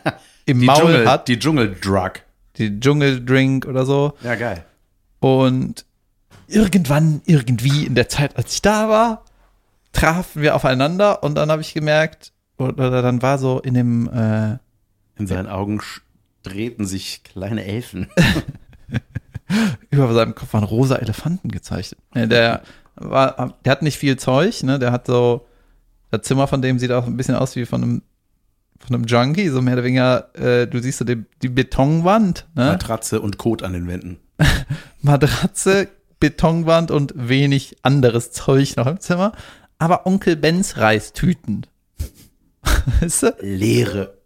A: im
B: Die
A: Maul
B: Dschungel,
A: hat.
B: Die Dschungel-Drug.
A: Die Dschungeldrink oder so.
B: Ja, geil.
A: Und irgendwann, irgendwie in der Zeit, als ich da war, trafen wir aufeinander und dann habe ich gemerkt, oder, oder dann war so in dem, äh,
B: In seinen Augen sch- drehten sich kleine Elfen.
A: über seinem Kopf waren rosa Elefanten gezeichnet. Äh, Der, war, der hat nicht viel Zeug, ne? Der hat so, das Zimmer von dem sieht auch ein bisschen aus wie von einem, von einem Junkie, so mehr oder weniger, äh, du siehst so die, die Betonwand, ne?
B: Matratze und Kot an den Wänden.
A: Matratze, Betonwand und wenig anderes Zeug noch im Zimmer. Aber Onkel Bens Reistüten. weißt du?
B: Leere.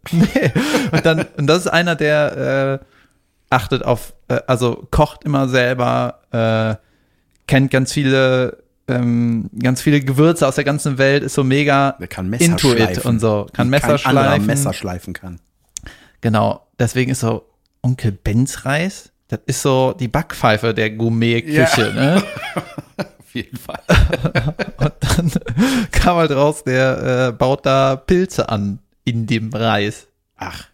A: Und, dann, und das ist einer, der äh, achtet auf, äh, also kocht immer selber, äh, kennt ganz viele, ähm, ganz viele Gewürze aus der ganzen Welt, ist so mega
B: Der kann Messer
A: into it
B: schleifen.
A: und so, kann
B: Wie
A: Messer
B: kein anderer
A: schleifen.
B: Messer schleifen kann.
A: Genau, deswegen ist so Onkel Bens Reis, das ist so die Backpfeife der Gourmet-Küche, ne?
B: Auf jeden Fall.
A: Und dann kam halt raus, der äh, baut da Pilze an in dem Reis.
B: Ach,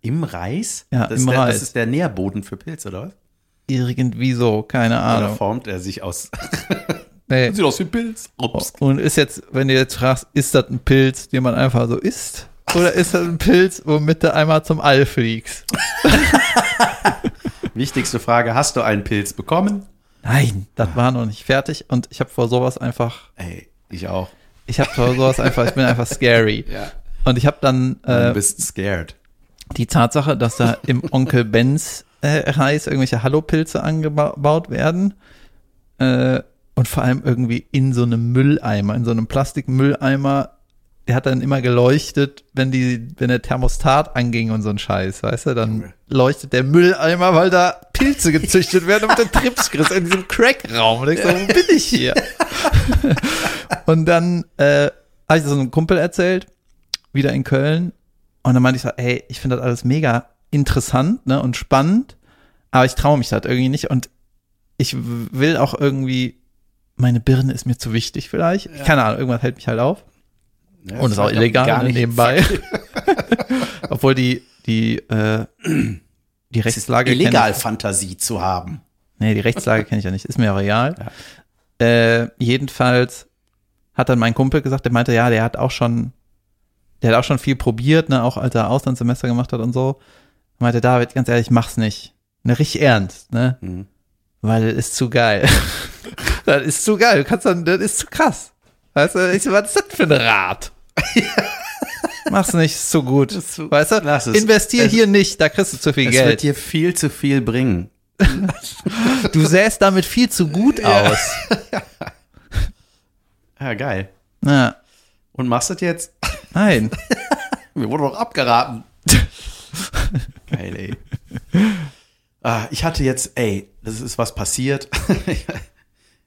B: im Reis?
A: Ja,
B: das ist
A: im
B: der,
A: Reis.
B: Das ist der Nährboden für Pilz, oder was?
A: Irgendwie so, keine
B: Oder Also,
A: Ahnung.
B: formt er sich aus?
A: Nee.
B: Sieht aus wie ein Pilz. Ups.
A: Und ist jetzt, wenn du jetzt fragst, ist das ein Pilz, den man einfach so isst? Oder ist das ein Pilz, womit du einmal zum All fliegst?
B: Oh, Wichtigste Frage, hast du einen Pilz bekommen?
A: Nein, das war noch nicht fertig und ich habe vor sowas einfach,
B: Ey, ich auch.
A: ich habe vor sowas einfach, ich bin einfach scary.
B: Ja.
A: Und ich habe dann
B: Du
A: äh,
B: bist scared.
A: die Tatsache, dass da im Onkel Benz äh, Reis irgendwelche Hallopilze angebaut werden äh, und vor allem irgendwie in so einem Mülleimer, in so einem Plastikmülleimer, der hat dann immer geleuchtet, wenn die, wenn der Thermostat anging und so ein Scheiß, weißt du, dann
B: Junge.
A: leuchtet der Mülleimer, weil da Pilze gezüchtet werden und der Trips kriegst in diesem Crackraum. Und ich so, wo bin ich hier? und dann äh, habe ich das einem Kumpel erzählt, wieder in Köln, und dann meinte ich so, ey, ich finde das alles mega interessant ne, und spannend, aber ich traue mich das irgendwie nicht und ich w- will auch irgendwie, meine Birne ist mir zu wichtig vielleicht. Keine Ahnung, irgendwas hält mich halt auf.
B: Ja,
A: und ist auch
B: halt
A: illegal
B: gar
A: ne,
B: nicht-
A: nebenbei. Obwohl die, die, äh, die
B: Es ist
A: Rechtslage kenn
B: illegal, Fantasie zu haben.
A: Nee, die Rechtslage kenne ich ja nicht, ist mir aber egal. Äh, jedenfalls hat dann mein Kumpel gesagt, der meinte, ja, der hat auch schon, der hat auch schon viel probiert, ne, auch als er Auslandssemester gemacht hat und so. Meinte David, ganz ehrlich, mach's nicht. Ne, richtig ernst, ne?
B: Mhm.
A: Weil das ist zu geil. das ist zu geil. Du kannst dann, das ist zu krass. Weißt du, ich, so, was ist das für ein Rat? Mach's nicht, ist zu gut.
B: Ist zu-
A: weißt du,
B: Lass es.
A: investier
B: Es-
A: hier nicht, da kriegst du zu viel
B: Es wird
A: Geld.
B: dir viel zu viel bringen.
A: Du sähst damit viel zu gut aus.
B: Ja, geil.
A: Na,
B: Und machst du das jetzt?
A: nein.
B: Mir wurde doch abgeraten. Geil, ey. Ah, ich hatte jetzt, ey, das ist was passiert.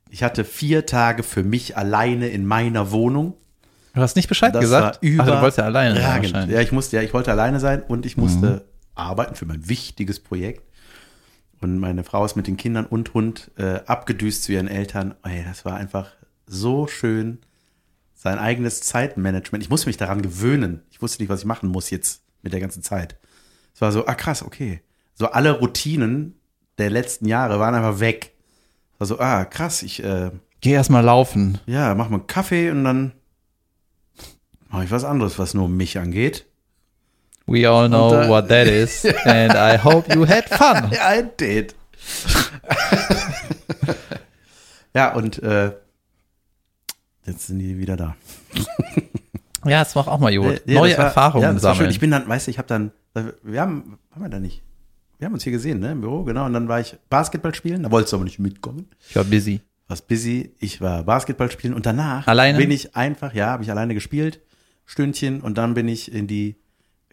B: Ich hatte vier Tage für mich alleine in meiner Wohnung.
A: Du hast nicht Bescheid
B: Das
A: gesagt.
B: war über.
A: Ach, du wolltest ja alleine sein wahrscheinlich. Mhm.
B: Ja, ich musste, ja, ich wollte alleine sein und ich musste arbeiten für mein wichtiges Projekt. Und meine Frau ist mit den Kindern und Hund äh, abgedüst zu ihren Eltern. Oh, Ey, das war einfach so schön. Sein eigenes Zeitmanagement. Ich musste mich daran gewöhnen. Ich wusste nicht, was ich machen muss jetzt mit der ganzen Zeit. Es war so, ah krass, okay. So alle Routinen der letzten Jahre waren einfach weg. Es war so, ah krass, ich äh,
A: Geh erstmal laufen.
B: ja, mach mal einen Kaffee und dann mache ich was anderes, was nur mich angeht.
A: We all know
B: Und, äh,
A: what that is. And I hope you had fun.
B: Ja, I did. ja, und äh, jetzt sind die wieder da.
A: Ja, das macht auch mal gut.
B: Äh, ja,
A: Neue
B: das war-
A: Erfahrungen
B: ja, das war schön.
A: sammeln.
B: Ich bin dann, weißt du, ich habe dann, wir haben, haben wir da nicht. wir haben uns hier gesehen, ne, im Büro, genau. Und dann war ich Basketball spielen, da wolltest du aber nicht mitkommen.
A: Ich war busy.
B: Was busy, ich war Basketball spielen und danach
A: Alleine?
B: bin ich einfach, ja, habe ich alleine gespielt, Stündchen und dann bin ich in die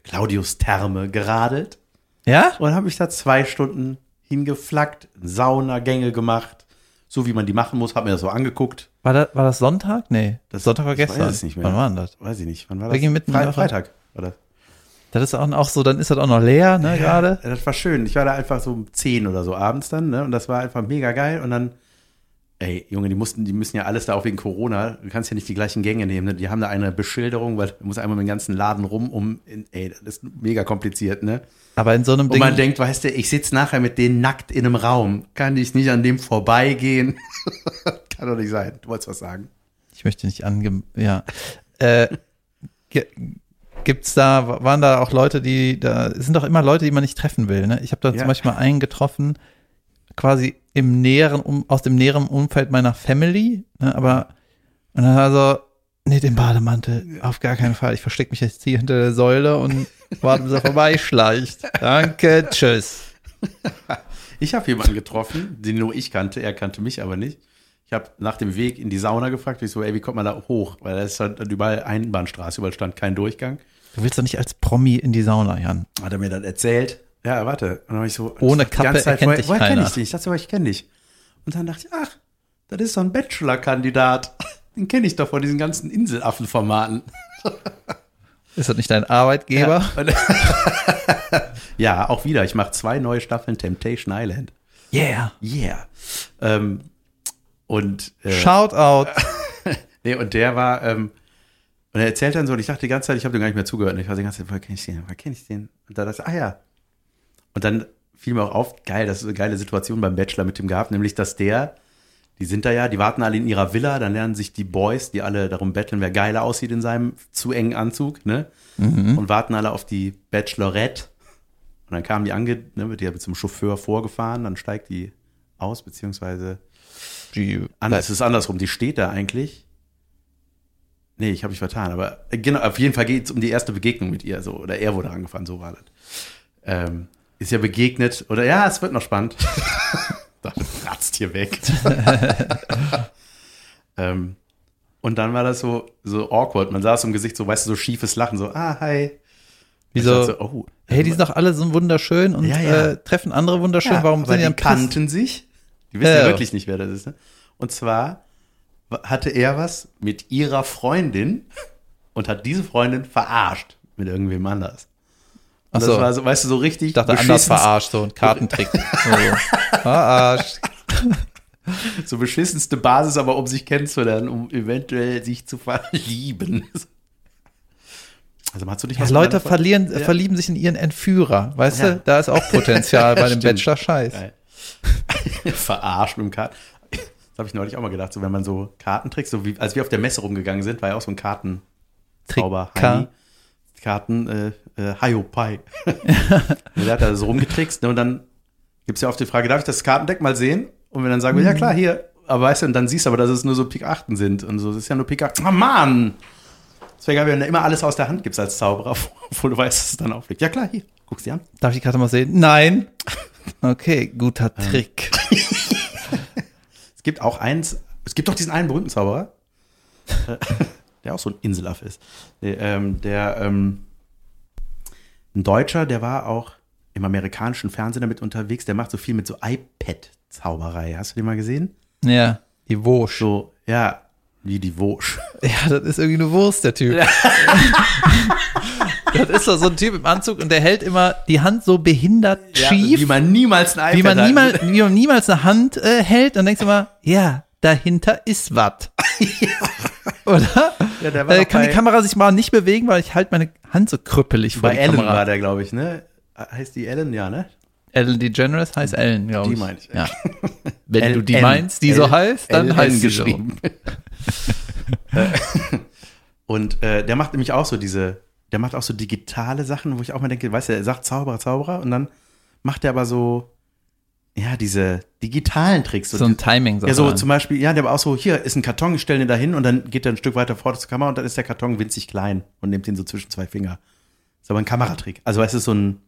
B: Claudius-Therme geradelt
A: Ja?
B: und habe mich da zwei Stunden hingeflackt, Saunagänge gemacht, so wie man die machen muss, habe mir das so angeguckt.
A: War das, war das Sonntag? Nee.
B: Das-
A: Sonntag war
B: ich
A: gestern.
B: weiß es nicht mehr.
A: Wann war denn das?
B: Weiß ich nicht, wann war
A: Wir
B: das?
A: gehen mitten in die Woche.
B: Freitag war das.
A: Das ist auch, auch so, dann ist das auch noch leer, ne, gerade.
B: Ja, Das war schön. Ich war da einfach so um 10 oder so abends dann, ne? Und das war einfach mega geil. Und dann, ey, Junge, die mussten, die müssen ja alles da auch wegen Corona. Du kannst ja nicht die gleichen Gänge nehmen. Ne? Die haben da eine Beschilderung, weil du musst einmal mit dem ganzen Laden rum, um, in, ey, das ist mega kompliziert, ne?
A: Aber in so einem
B: Und
A: Ding.
B: man denkt, weißt du, ich sitze nachher mit denen nackt in einem Raum. Kann ich nicht an dem vorbeigehen? Kann doch nicht sein. Du wolltest was sagen.
A: ich möchte nicht ange. Ja. Äh, ge- gibt's da, waren da auch Leute, die da. Es sind doch immer Leute, die man nicht treffen will, ne? Ich habe da
B: Ja.
A: zum Beispiel mal einen getroffen, quasi im näheren, um, aus dem näheren Umfeld meiner Family, ne? Aber. Und dann war so, nee, den Bademantel, auf gar keinen Fall. Ich verstecke mich jetzt hier hinter der Säule und warte, bis er vorbeischleicht. Danke, tschüss.
B: Ich habe jemanden getroffen, den nur ich kannte, er kannte mich aber nicht. Ich habe nach dem Weg in die Sauna gefragt, ich so, ey, wie kommt man da hoch? Weil da ist halt überall Einbahnstraße, überall stand kein Durchgang.
A: Du willst doch nicht als Promi in die Sauna, Jan.
B: Hat er mir dann erzählt. Ja, warte. Und dann habe ich so
A: Ohne
B: die
A: Kappe
B: ganze
A: erkennt
B: woher,
A: dich
B: woher
A: keiner.
B: kenne ich dich? Ich dachte so, ich kenne dich. Und dann dachte ich, ach, das ist so ein Bachelor-Kandidat. Den kenne ich doch von diesen ganzen Inselaffen-Formaten.
A: Ist das nicht dein Arbeitgeber?
B: Ja, auch wieder. Ich mache zwei neue Staffeln Temptation Island.
A: Yeah.
B: Yeah. Ähm, und äh,
A: Shout out.
B: Nee, und der war, ähm, und er erzählt dann so, und ich dachte die ganze Zeit, ich habe dem gar nicht mehr zugehört. Und ich war die ganze Zeit, woher kenne ich den? Woher kenne ich den? Und dann dachte ich, ah ja. Und dann fiel mir auch auf, geil, das ist eine geile Situation beim Bachelor mit dem gehabt, nämlich, dass der, die sind da ja, die warten alle in ihrer Villa, dann lernen sich die Boys, die alle darum betteln, wer geiler aussieht in seinem zu engen Anzug, ne? Und warten alle auf die Bachelorette. Und dann kam die ange, ne, wird die zum Chauffeur vorgefahren, dann steigt die aus, beziehungsweise
A: Die,
B: Anders, es ist andersrum. Die steht da eigentlich. Nee, ich habe mich vertan, aber äh, genau, auf jeden Fall geht es um die erste Begegnung mit ihr, so, oder er wurde angefahren, so war das. Ähm, ist ja begegnet, oder ja, es wird noch spannend. Dann ratzt hier weg. ähm, und dann war das so, so awkward. Man saß im Gesicht so, weißt du, so schiefes Lachen, so, ah, hi. Ich
A: Wieso?
B: dachte so, oh,
A: hey, die sind doch alle so wunderschön und
B: Ja, ja.
A: Äh, treffen andere wunderschön.
B: ja,
A: Warum
B: aber
A: sind die
B: die
A: am Piss?
B: kannten sich? Die wissen ja.
A: Ja.
B: wirklich nicht, wer das ist. Ne? Und zwar wa- hatte er was mit ihrer Freundin und hat diese Freundin verarscht mit irgendwem anders.
A: Ach
B: Und das
A: so.
B: war so, weißt du, so richtig
A: Ich dachte, anders verarscht, so ein Kartentrick. so. Verarscht.
B: so beschissenste Basis, aber um sich kennenzulernen, um eventuell sich zu verlieben. Also hast du nicht
A: Ja,
B: mit
A: Leute
B: meiner Freundin?
A: verlieren,
B: Ja.
A: verlieben sich in ihren Entführer. Weißt
B: Ja.
A: du, da ist auch Potenzial bei dem
B: Stimmt.
A: Bachelor-Scheiß.
B: Geil. Verarscht mit dem Karten. Das habe ich neulich auch mal gedacht, so wenn man so Kartentricks, so wie als wir auf der Messe rumgegangen sind, war ja auch so ein Karten.
A: Trick-
B: Zauber,
A: Ka-
B: Karten, äh, äh, Haiopai. Und der hat da so rumgetrickst, ne? Und dann gibt es ja oft die Frage, darf ich das Kartendeck mal sehen? Und wenn dann sagen wir, ja klar, hier. Aber weißt du, und dann siehst du aber, dass es nur so Pik 8 sind. Und so, das ist ja nur Pik 8. Ah, Mann! Das wäre geil, wenn du immer alles aus der Hand gibst als Zauberer, obwohl du weißt, dass es dann aufliegt. Ja klar, hier. Guck's dir an.
A: Darf ich die Karte mal sehen? Nein. Okay, guter
B: Ähm.
A: Trick.
B: Es gibt auch eins, es gibt doch diesen einen berühmten Zauberer, äh, der auch so ein Inselaff ist. Nee, ähm, der, ähm, ein Deutscher, der war auch im amerikanischen Fernsehen damit unterwegs, der macht so viel mit so iPad-Zauberei. Hast du den mal gesehen?
A: Ja, die Wurst.
B: So, ja, wie die Wosch.
A: Ja, das ist irgendwie eine Wurst, der Typ. das ist doch so ein Typ im Anzug und der hält immer die Hand so behindert schief,
B: wie man niemals ein iPad
A: wie, man
B: hat.
A: niemals, wie man niemals eine Hand äh, hält und denkst immer, ja, dahinter ist was. Oder?
B: Ja, der war
A: Äh,
B: doch
A: kann die
B: bei-
A: Kamera sich mal nicht bewegen, weil ich halte meine Hand so krüppelig vor
B: Bei
A: die
B: Ellen
A: Kamera.
B: war der, glaube ich, ne? Heißt die Ellen, ja, ne?
A: Ellen DeGeneres heißt Ellen, glaube ich.
B: Mhm. Die meine ich.
A: Ja. Wenn du die
B: LN,
A: meinst, die so heißt, dann
B: LN
A: heißt sie so.
B: geschrieben. und äh, der macht nämlich auch so diese, der macht auch so digitale Sachen, wo ich auch mal denke, weißt du, er sagt Zauberer, Zauberer und dann macht er aber so, ja, diese digitalen Tricks.
A: So ein timing
B: ja, so zum Beispiel, ja, der war auch so, hier ist ein Karton, ich stelle den da hin und dann geht er ein Stück weiter vor zur Kamera und dann ist der Karton winzig klein und nimmt ihn so zwischen zwei Finger. Ist aber ein Kameratrick. Also, weißt du, so ein,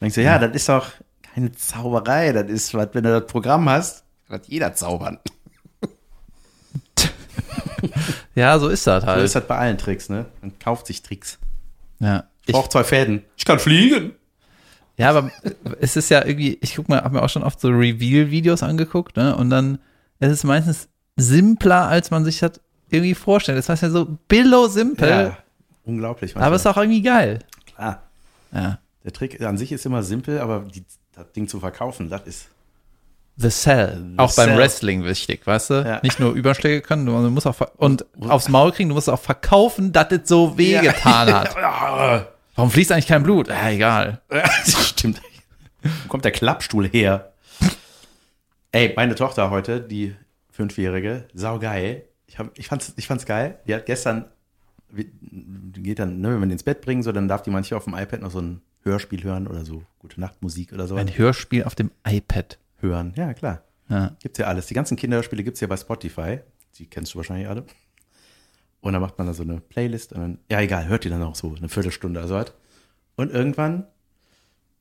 B: denkst du, ja, das ist doch, keine Zauberei. Das ist was, wenn du das Programm hast, kann das jeder zaubern.
A: Ja, so ist das
B: So
A: halt.
B: Also, ist das bei allen Tricks, ne? Man kauft sich Tricks.
A: ja.
B: Ich brauche zwei Fäden. Ich kann fliegen.
A: Ja, aber es ist ja irgendwie, ich guck mal, habe mir auch schon oft so Reveal-Videos angeguckt, ne? Und dann es ist es meistens simpler, als man sich das irgendwie vorstellt. Das heißt ja so billow simpel,
B: Ja. Unglaublich.
A: aber es ist auch irgendwie geil.
B: klar.
A: Ja.
B: Der Trick an sich ist immer simpel, aber die, das Ding zu verkaufen, das ist.
A: The Cell. auch beim
B: Cell.
A: Wrestling wichtig, weißt du?
B: Ja.
A: Nicht nur Überschläge können, du du musst auch ver- und aufs Maul kriegen, du musst auch verkaufen, dass es so wehgetan hat.
B: Ah,
A: Warum fließt eigentlich kein Blut? Ja, egal.
B: Stimmt. Wo kommt der Klappstuhl her? Ey, meine Tochter heute, die Fünfjährige, saugeil. Ich, hab, ich, fand's, ich fand's geil. Die hat gestern, wie- die geht dann, ne, wenn wir den ins Bett bringen, so, dann darf die manchmal auf dem iPad noch so ein Hörspiel hören oder so Gute Nacht Musik oder so.
A: Ein Hörspiel auf dem iPad.
B: hören. Ja, klar.
A: Ja.
B: Gibt's ja alles. Die ganzen Kinderspiele gibt's ja bei Spotify. Die kennst du wahrscheinlich alle. Und dann macht man da so eine Playlist und dann, ja, egal, hört die dann auch so eine Viertelstunde oder so was. Und irgendwann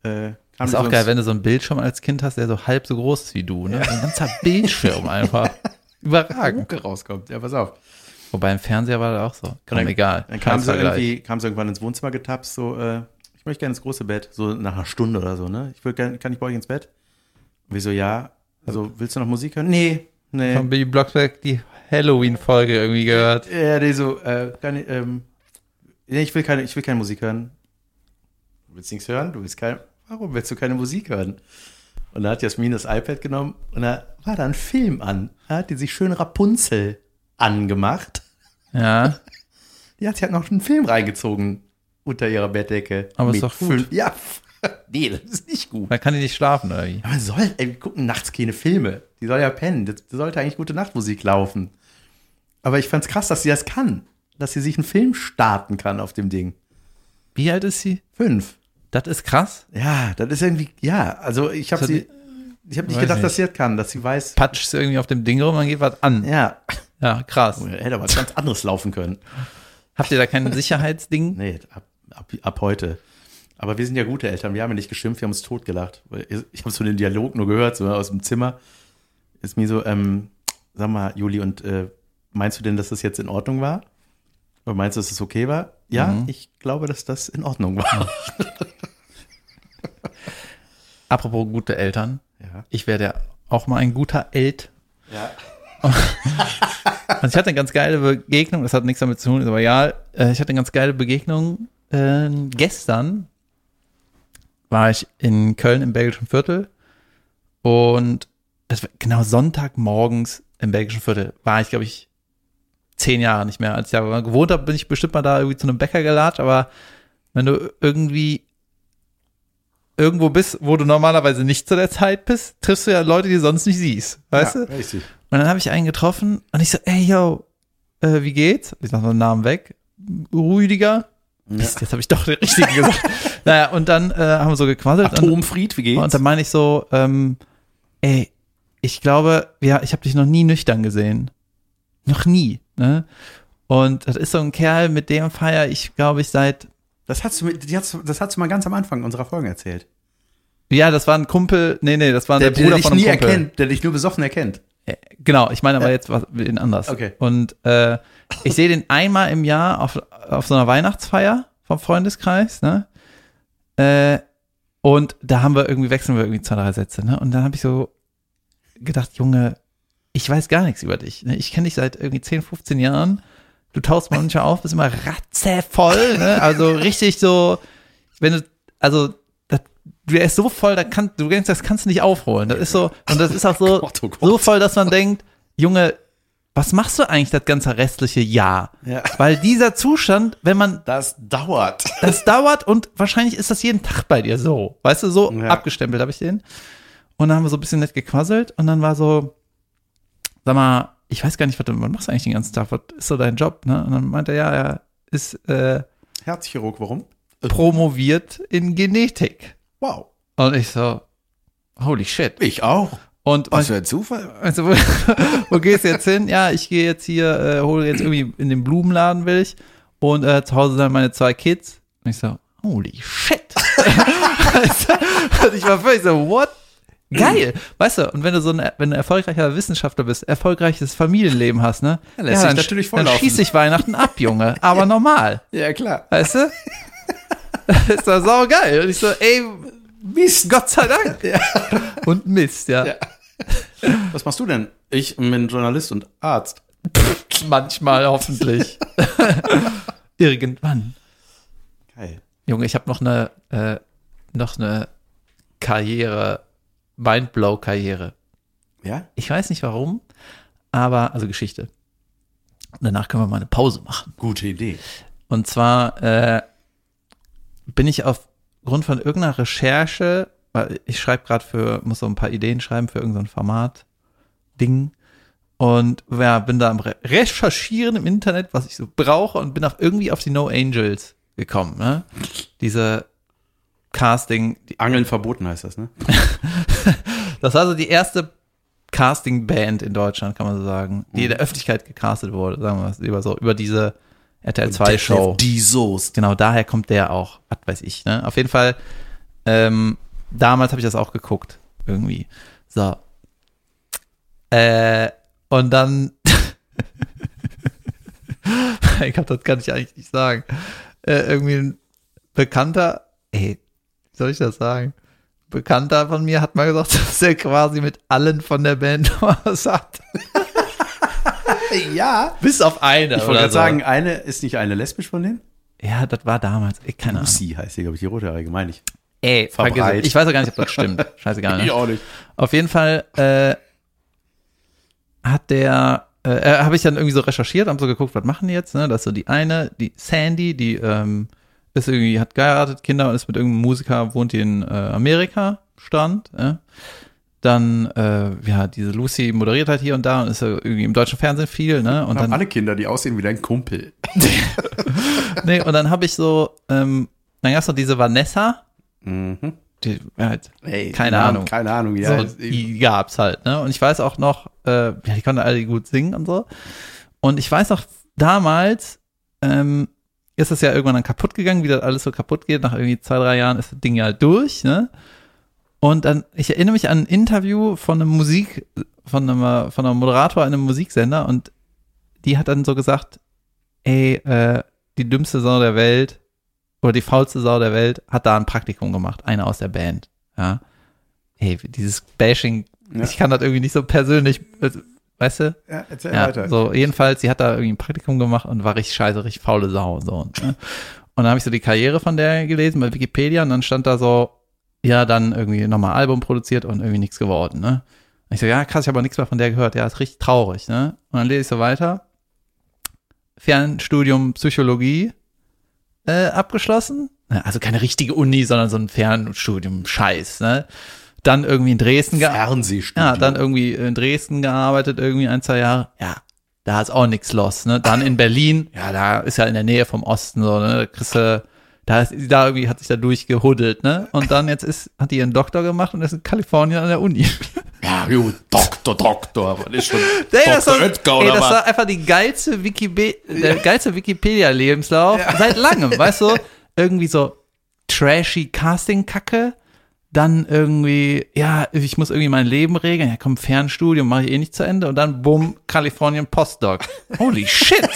B: äh, kam
A: Ist auch geil, wenn du so einen Bildschirm als Kind hast, der so halb so groß ist wie du, ne? Ein ganzer Bildschirm einfach. Überragend.
B: Mucke rauskommt. Ja, pass auf.
A: Wobei im Fernseher war das auch so. Komm, egal.
B: Dann kam
A: Scheiß
B: sie,
A: Vergleich.
B: irgendwie, kam sie irgendwann ins Wohnzimmer getapst, so, äh, ich möchte gerne ins große Bett, so nach einer Stunde oder so, ne? Ich will gerne, kann ich bei euch ins Bett? Wieso ja? Also, willst du noch Musik hören? Nee, nee.
A: Von Billy Blocksberg die Halloween-Folge irgendwie gehört.
B: Ja, nee, so, äh, kann ich, ähm, nee, ich will keine, ich will keine Musik hören. Du willst nichts hören? Du willst keine, warum willst du keine Musik hören? Und da hat Jasmin das iPad genommen und da war da ein Film an. Da hat die sich schön Rapunzel angemacht.
A: Ja.
B: Die hat sich halt noch einen Film reingezogen unter ihrer Bettdecke.
A: Aber ist
B: Mit
A: doch gut.
B: fünf- Ja, nee, das ist nicht gut.
A: Da kann die nicht schlafen oder wie?
B: Ja, man soll, ey, wir gucken nachts keine Filme. Die soll ja pennen. Das das sollte eigentlich gute Nachtmusik laufen. Aber ich fand's krass, dass sie das kann. Dass sie sich einen Film starten kann auf dem Ding.
A: Wie alt ist sie?
B: Fünf.
A: Das ist krass.
B: Ja, das ist irgendwie, ja, also ich habe
A: Das hat
B: sie, ich habe nicht
A: weiß
B: gedacht, dass
A: nicht.
B: sie das kann, dass sie weiß,
A: Patschst du irgendwie auf dem Ding rum, dann geht was an.
B: ja,
A: Ja, krass.
B: hätte aber was ganz anderes laufen können.
A: Habt ihr da kein Sicherheitsding?
B: Nee, ab, ab, ab heute. Aber wir sind ja gute Eltern, wir haben ja nicht geschimpft, wir haben uns totgelacht. Ich habe so den Dialog nur gehört, so aus dem Zimmer. Ist mir so, ähm, sag mal, Juli, und äh, meinst du denn, dass das jetzt in Ordnung war? Oder meinst du, dass das okay war? Ja, ich glaube, dass das in Ordnung war.
A: Apropos gute Eltern.
B: Ja.
A: Ich werde ja auch mal ein guter Elt.
B: Ja.
A: Also ich hatte eine ganz geile Begegnung, das hat nichts damit zu tun, ist aber ja, äh, ich hatte eine ganz geile Begegnung. Ähm, gestern war ich in Köln im Belgischen Viertel und das war genau Sonntagmorgens im Belgischen Viertel war ich, glaube ich, zehn Jahre nicht mehr. Als ich da gewohnt habe, bin ich bestimmt mal da irgendwie zu einem Bäcker gelatscht, aber wenn du irgendwie irgendwo bist, wo du normalerweise nicht zu der Zeit bist, triffst du ja Leute, die du sonst nicht siehst, weißt du?
B: Richtig.
A: Und dann habe ich einen getroffen und ich so, ey, yo, äh, wie geht's? Ich lasse meinen Namen weg. Rüdiger. Mist, jetzt habe ich doch den richtigen gesagt. naja, und dann äh, haben wir so gequasselt. Und,
B: Atomfried, wie geht's?
A: und dann meine ich so, ähm, ey, ich glaube, ja, ich habe dich noch nie nüchtern gesehen. Noch nie, ne? Und das ist so ein Kerl, mit dem feier ich, glaube ich, seit
B: Das hast, du, mir- die hast, du- das hast du mal ganz am Anfang unserer Folgen erzählt.
A: ja, das war ein Kumpel, nee, nee, das war der, Bruder
B: dich
A: von einem
B: nie
A: Kumpel.
B: erkennt, der dich nur besoffen erkennt.
A: Genau, ich meine aber jetzt was, den anders.
B: Okay.
A: Und äh, ich sehe den einmal im Jahr auf, auf so einer Weihnachtsfeier vom Freundeskreis, ne? Äh, und da haben wir irgendwie, wechseln wir irgendwie zwei, drei Sätze, ne? Und dann habe ich so gedacht, Junge, ich weiß gar nichts über dich. Ne? Ich kenne dich seit irgendwie 10, 15 Jahren. Du tauchst manchmal auf, bist immer ratzevoll, ne? Also richtig so, wenn du, also das, der ist so voll, da kann, du denkst, das kannst du nicht aufholen. Das ist so, und das ist auch so,
B: Gott, oh Gott.
A: so voll, dass man denkt, Junge, was machst du eigentlich das ganze restliche Jahr?
B: Ja.
A: Weil dieser Zustand, wenn man,
B: Das dauert.
A: das dauert und wahrscheinlich ist das jeden Tag bei dir so. Weißt du, so
B: Ja.
A: abgestempelt habe ich den. Und dann haben wir so ein bisschen nett gequasselt und dann war so, sag mal, ich weiß gar nicht, was du was machst du eigentlich den ganzen Tag, was ist so dein Job, ne? Und dann meinte er, ja, er ist äh,
B: Herzchirurg, warum?
A: promoviert in Genetik.
B: Wow.
A: Und ich so, holy shit.
B: Ich auch.
A: Und, und
B: für ein Zufall.
A: Also, wo, wo gehst du jetzt hin? Ja, ich gehe jetzt hier, äh, hole jetzt irgendwie in den Blumenladen will ich und äh, zu Hause sind meine zwei Kids. Und ich so, holy shit. Weißt du? und ich war völlig so, what? Geil, weißt du, und wenn du so ein, wenn du erfolgreicher Wissenschaftler bist, erfolgreiches Familienleben hast, ne?
B: Dann lässt sich
A: dann,
B: natürlich
A: sch- dann
B: volllaufen.
A: schießt sich Weihnachten ab, Junge, aber normal,
B: Ja, klar.
A: weißt du? Das war saugeil. Und ich so, ey,
B: Mist.
A: Gott sei Dank. Und Mist, ja.
B: Ja. Was machst du denn? Ich bin Journalist und Arzt.
A: Manchmal hoffentlich. Irgendwann.
B: Geil.
A: Junge, ich habe noch eine, äh, noch eine Karriere, Mindblow-Karriere.
B: Ja?
A: Ich weiß nicht warum, aber, also Geschichte. Und danach können wir mal eine Pause machen.
B: Gute Idee.
A: Und zwar äh, bin ich aufgrund von irgendeiner Recherche, weil ich schreibe gerade für, muss so ein paar Ideen schreiben für irgendein Format, Ding. Und ja, bin da am Re Recherchieren im Internet, was ich so brauche, und bin auch irgendwie auf die No Angels gekommen. Ne? Diese Casting, die,
B: Angeln verboten heißt das, ne?
A: das war so die erste Casting-Band in Deutschland, kann man so sagen, die in der Öffentlichkeit gecastet wurde, sagen wir mal lieber so, über diese RTL 2-Show.
B: Die Soest.
A: Genau, daher kommt der auch. Was weiß ich, ne? Auf jeden Fall, ähm, damals habe ich das auch geguckt. Irgendwie. So. Äh, und dann. ich glaube, das kann ich eigentlich nicht sagen. Äh, irgendwie ein Bekannter, ey, wie soll ich das sagen? Bekannter von mir hat mal gesagt, dass er quasi mit allen von der Band was hat.
B: Ja.
A: Bis auf eine.
B: Ich wollte gerade sagen, eine ist nicht eine lesbisch von denen?
A: Ja, das war damals. Ey, keine Ahnung.
B: Lucy heißt sie, glaube ich, die rothaarige, meine ich.
A: Ey, vergiss es.
B: Verbreit.
A: Ich weiß auch gar nicht, ob das stimmt. Scheißegal. Ne?
B: auch nicht.
A: Auf jeden Fall äh, hat der, äh, äh, habe ich dann irgendwie so recherchiert, haben so geguckt, was machen die jetzt, ne? Das ist so die eine, die Sandy, die ähm, ist irgendwie, hat geheiratet, Kinder und ist mit irgendeinem Musiker, wohnt die in äh, Amerika, stand, ne? Dann, äh, ja, diese Lucy moderiert halt hier und da und ist äh, irgendwie im deutschen Fernsehen viel, ne? Und
B: Haben
A: dann
B: alle Kinder, die aussehen wie dein Kumpel.
A: nee, und dann habe ich so, ähm, dann gab's noch diese Vanessa,
B: Mhm.
A: die halt
B: Ey,
A: Keine
B: Namen,
A: Ahnung.
B: Keine Ahnung, ja.
A: so, die gab's halt, ne? Und ich weiß auch noch, äh, ja, die konnten alle gut singen und so. Und ich weiß noch, damals ähm, ist das ja irgendwann dann kaputt gegangen, wie das alles so kaputt geht. Nach irgendwie zwei, drei Jahren ist das Ding ja halt durch, ne? Und dann, ich erinnere mich an ein Interview von einem Musik, von einem, äh, von einem Moderator in einem Musiksender und die hat dann so gesagt, ey, äh, die dümmste Sau der Welt oder die faulste Sau der Welt hat da ein Praktikum gemacht, eine aus der Band, ja. Ey, dieses Bashing,
B: Ja.
A: ich kann das irgendwie nicht so persönlich, äh, weißt du?
B: ja, erzähl
A: Ja,
B: weiter.
A: so jedenfalls, sie hat da irgendwie ein Praktikum gemacht und war richtig scheiße, richtig faule Sau. So, ne? Und dann habe ich so die Karriere von der gelesen bei Wikipedia und dann stand da so, ja, dann irgendwie nochmal Album produziert und irgendwie nichts geworden, ne? Und ich so, ja, krass, ich habe aber nichts mehr von der gehört. Ja, ist richtig traurig, ne? Und dann lese ich so weiter. Fernstudium Psychologie äh, abgeschlossen. Ja, Also keine richtige Uni, sondern so ein Fernstudium, Scheiß, ne? Dann irgendwie in Dresden gearbeitet.
B: Fernsehstudio.
A: Ja, dann irgendwie in Dresden gearbeitet, irgendwie ein, zwei Jahre. Ja, da ist auch nix los, ne? Dann in Berlin, ja, da ist ja in der Nähe vom Osten so, ne? Da kriegst du, da, ist, da irgendwie hat sich da durchgehuddelt, ne? Und dann jetzt ist, hat die ihren Doktor gemacht und ist in Kalifornien an der Uni.
B: Ja, jo, Doktor, Doktor, aber das ist schon
A: Ey, das, war,
B: Oetker
A: ey,
B: oder
A: das
B: was?
A: war einfach die geilste Wikibe der geilste Wikipedia-Lebenslauf seit langem, weißt du? Irgendwie so trashy Casting-Kacke, dann irgendwie, ja, ich muss irgendwie mein Leben regeln, ja komm, Fernstudium mache ich eh nicht zu Ende und dann bumm, Kalifornien Postdoc. Holy shit!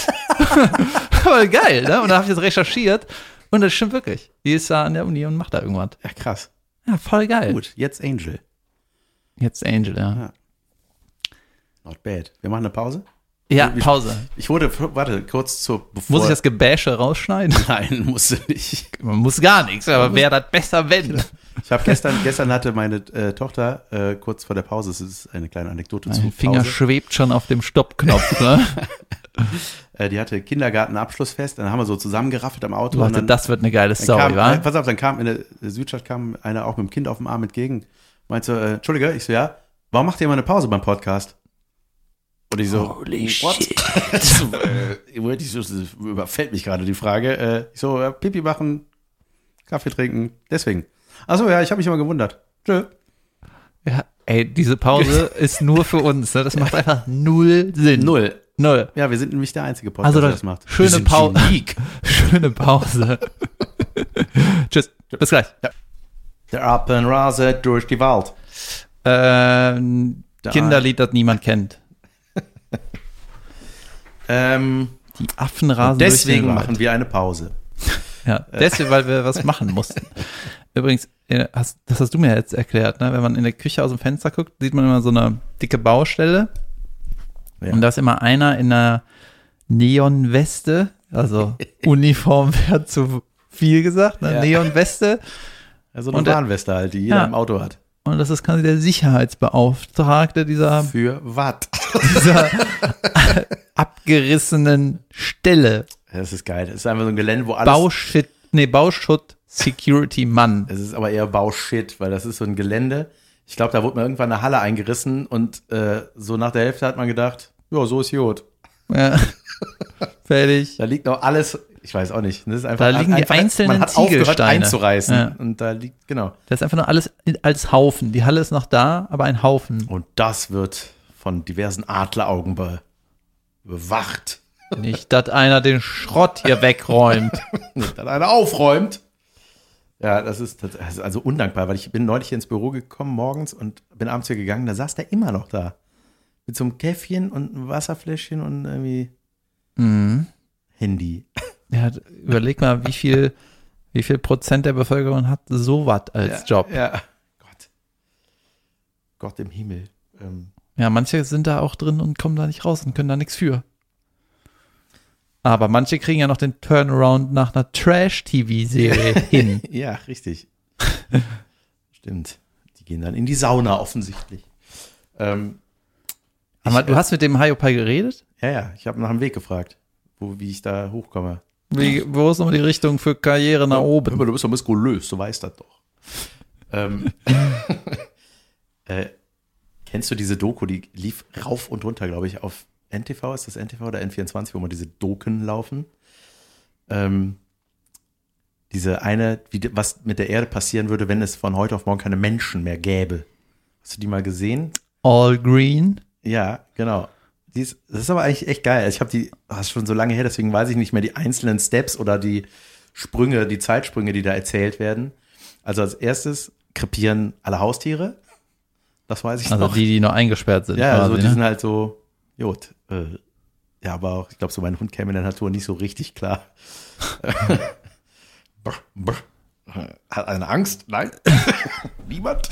A: Voll geil, ne? Und da habe ich das recherchiert und das stimmt wirklich. Die ist da an der Uni und macht da irgendwas.
B: ja, krass.
A: Ja, voll geil.
B: Gut, jetzt Angel.
A: Jetzt Angel, ja.
B: Not bad. Wir machen eine Pause.
A: Ja, Pause.
B: Ich wurde, warte, kurz zur, bevor.
A: Muss ich das Gebäsche rausschneiden?
B: Nein, musste nicht.
A: Man muss gar nichts, aber wäre das besser, wenn.
B: Ich habe gestern, gestern hatte meine äh, Tochter äh, kurz vor der Pause, es ist eine kleine Anekdote zu
A: Mein Finger
B: Pause.
A: schwebt schon auf dem Stoppknopf. Ne?
B: Äh, die hatte Kindergartenabschlussfest, dann haben wir so zusammengeraffelt am Auto. und
A: Leute,
B: dann,
A: das wird eine geile
B: dann
A: Story,
B: kam, äh,
A: wa?
B: Pass auf, dann kam in der Südstadt kam einer auch mit dem Kind auf dem Arm entgegen. Meinte so, äh, Entschuldige, ich so, ja, warum macht ihr immer eine Pause beim Podcast? Und ich so,
A: Holy
B: what? so, äh, Moment, ich so, das überfällt mich gerade die Frage. Äh, ich so, äh, Pipi machen, Kaffee trinken, deswegen. Achso, ja, ich habe mich immer gewundert. Tschö.
A: Ja, ey, diese Pause ist nur für uns. Ne? Das macht einfach null Sinn.
B: Null.
A: Null.
B: Ja, wir sind nämlich der einzige Podcast,
A: Also,
B: der
A: das
B: das macht.
A: schöne,
B: Wir sind
A: Pau
B: unique.
A: schöne Pause. Tschüss. Bis gleich.
B: Der Appen raset durch die Wald.
A: Ähm, Kinderlied, das niemand kennt.
B: Ähm,
A: Die Affen rasen
B: deswegen
A: durch den Wald.
B: machen wir eine Pause.
A: Ja,
B: Äh.
A: deswegen, weil wir was machen mussten. Übrigens, äh, hast, das hast du mir jetzt erklärt, ne? wenn man in der Küche aus dem Fenster guckt, sieht man immer so eine dicke Baustelle.
B: Ja.
A: Und da ist immer einer in einer Neonweste, also Uniform wäre zu viel gesagt, ne?
B: Ja.
A: Neonweste.
B: Also eine
A: Und, äh,
B: Warnweste halt, die jeder
A: ja.
B: im Auto hat.
A: Und das ist quasi der Sicherheitsbeauftragte dieser,
B: Für Watt.
A: dieser abgerissenen Stelle.
B: Das ist geil. Das ist einfach so ein Gelände, wo alles.
A: Bauschit, nee, Bauschutt Security Mann.
B: Es ist aber eher Baushit, weil das ist so ein Gelände. Ich glaube, da wurde mal irgendwann eine Halle eingerissen und äh, so nach der Hälfte hat man gedacht, ja, so ist Jod.
A: Ja. Fertig.
B: Da liegt noch alles, ich weiß auch nicht. Das ist einfach,
A: Da liegen die
B: einfach,
A: einzelnen
B: Man hat aufgehört
A: Ziegelsteine.
B: einzureißen.
A: Ja.
B: Und da liegt, genau.
A: Das ist einfach nur alles in- als Haufen. Die Halle ist noch da, aber ein Haufen.
B: Und das wird von diversen Adleraugen be bewacht.
A: Nicht, dass einer den Schrott hier wegräumt.
B: Dann einer aufräumt. Ja, das ist, das ist also undankbar, weil ich bin neulich hier ins Büro gekommen morgens und bin abends hier gegangen, da saß der immer noch da. Mit so einem Käffchen und einem Wasserfläschchen und irgendwie
A: Mhm.
B: Handy.
A: Ja, d- überleg mal, wie viel, wie viel Prozent der Bevölkerung hat sowas als Job.
B: Ja. Gott. Gott im Himmel. Ähm,
A: Ja, manche sind da auch drin und kommen da nicht raus und können da nichts für. Aber manche kriegen ja noch den Turnaround nach einer Trash-TV-Serie hin.
B: ja, richtig. Stimmt. Die gehen dann in die Sauna offensichtlich. Ähm,
A: Aber du hast mit dem Hayopai geredet?
B: ja, ja, ich habe nach dem Weg gefragt, wo, wie ich da hochkomme.
A: Wie, wo ist nochmal die Richtung für Karriere nach
B: Hör
A: oben?
B: mal, du bist doch muskulös, du weißt das doch. ähm, äh, kennst du diese Doku, die lief rauf und runter, glaube ich, auf NTV? Ist das NTV oder N24, wo mal diese Doken laufen? Ähm, diese eine, wie, de- was mit der Erde passieren würde, wenn es von heute auf morgen keine Menschen mehr gäbe. Hast du die mal gesehen?
A: All Green?
B: Ja, genau. Die ist, das ist aber eigentlich echt geil. Also Ich habe die, das ist schon so lange her, deswegen weiß ich nicht mehr die einzelnen Steps oder die Sprünge, die Zeitsprünge, die da erzählt werden. Also als erstes krepieren alle Haustiere. Das weiß ich
A: Also
B: noch.
A: die, die noch eingesperrt sind.
B: ja, also die
A: ne?
B: sind halt so, jod. Äh, ja, aber auch, ich glaube, so mein Hund käme in der Natur nicht so richtig klar. brr, brr. Hat eine Angst? Nein. Niemand?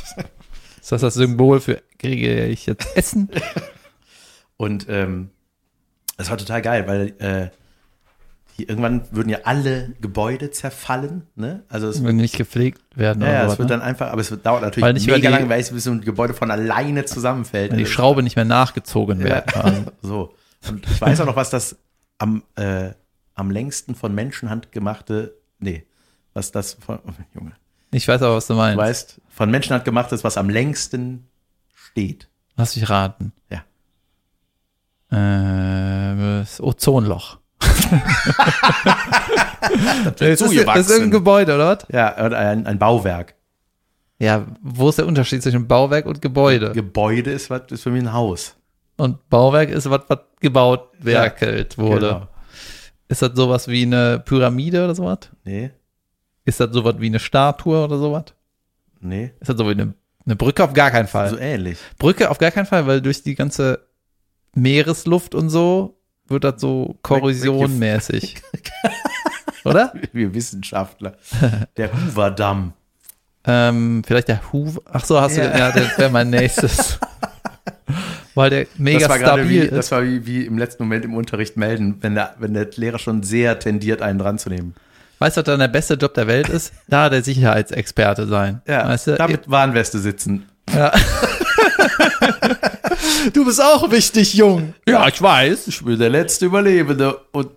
A: Ist das das Symbol für, kriege ich jetzt Essen?
B: Und ähm, das war total geil, weil äh, hier, irgendwann würden ja alle Gebäude zerfallen. Ne? Also es,
A: Wenn nicht gepflegt werden
B: ja,
A: oder
B: ja,
A: was,
B: es wird
A: ne?
B: dann einfach, aber es wird, dauert natürlich
A: Weil nicht über
B: mega
A: die-
B: lange, weil es bis so ein Gebäude von alleine zusammenfällt.
A: Wenn die
B: Also,
A: Schraube nicht mehr nachgezogen
B: ja,
A: wird. quasi.
B: so. Und ich weiß auch noch, was das am, äh, am längsten von Menschenhand gemachte, nee, was das von, oh, Junge,
A: Ich weiß aber, was du
B: du
A: meinst.
B: weißt, von Menschenhand gemacht ist, was am längsten steht.
A: Lass mich raten.
B: Ja.
A: Äh, das Ozonloch. das ist, das
B: zugewachsen.
A: ist irgendein Gebäude, oder was?
B: Ja, und ein, ein Bauwerk.
A: Ja, wo ist der Unterschied zwischen Bauwerk und Gebäude?
B: Gebäude ist, was, ist für mich ein Haus.
A: und Bauwerk ist was, was gebaut werkelt wurde. Ist das sowas wie eine Pyramide oder sowas?
B: Nee,
A: Ist das sowas wie eine Statue oder sowas?
B: nee.
A: Ist das so wie eine, eine Brücke? Auf gar keinen Fall.
B: So ähnlich.
A: Brücke auf gar keinen Fall, weil durch die ganze Meeresluft und so wird das so korrosionmäßig. Oder?
B: Wir Wissenschaftler. Der Hoover-Damm.
A: Ähm, vielleicht der Hoover. Ach so, hast
B: Ja.
A: du. Ja, das wäre mein nächstes. weil der mega
B: Das war gerade
A: stabil
B: wie,
A: ist.
B: das war wie, wie im letzten Moment im Unterricht melden, wenn der, wenn der Lehrer schon sehr tendiert, einen dran zu nehmen.
A: Weißt du, was dann der beste Job der Welt ist? Da der Sicherheitsexperte sein.
B: Ja,
A: weißt du?
B: damit Warnweste sitzen.
A: ja. du bist auch wichtig, Jung. Ja, ich weiß.
B: Ich bin der letzte Überlebende und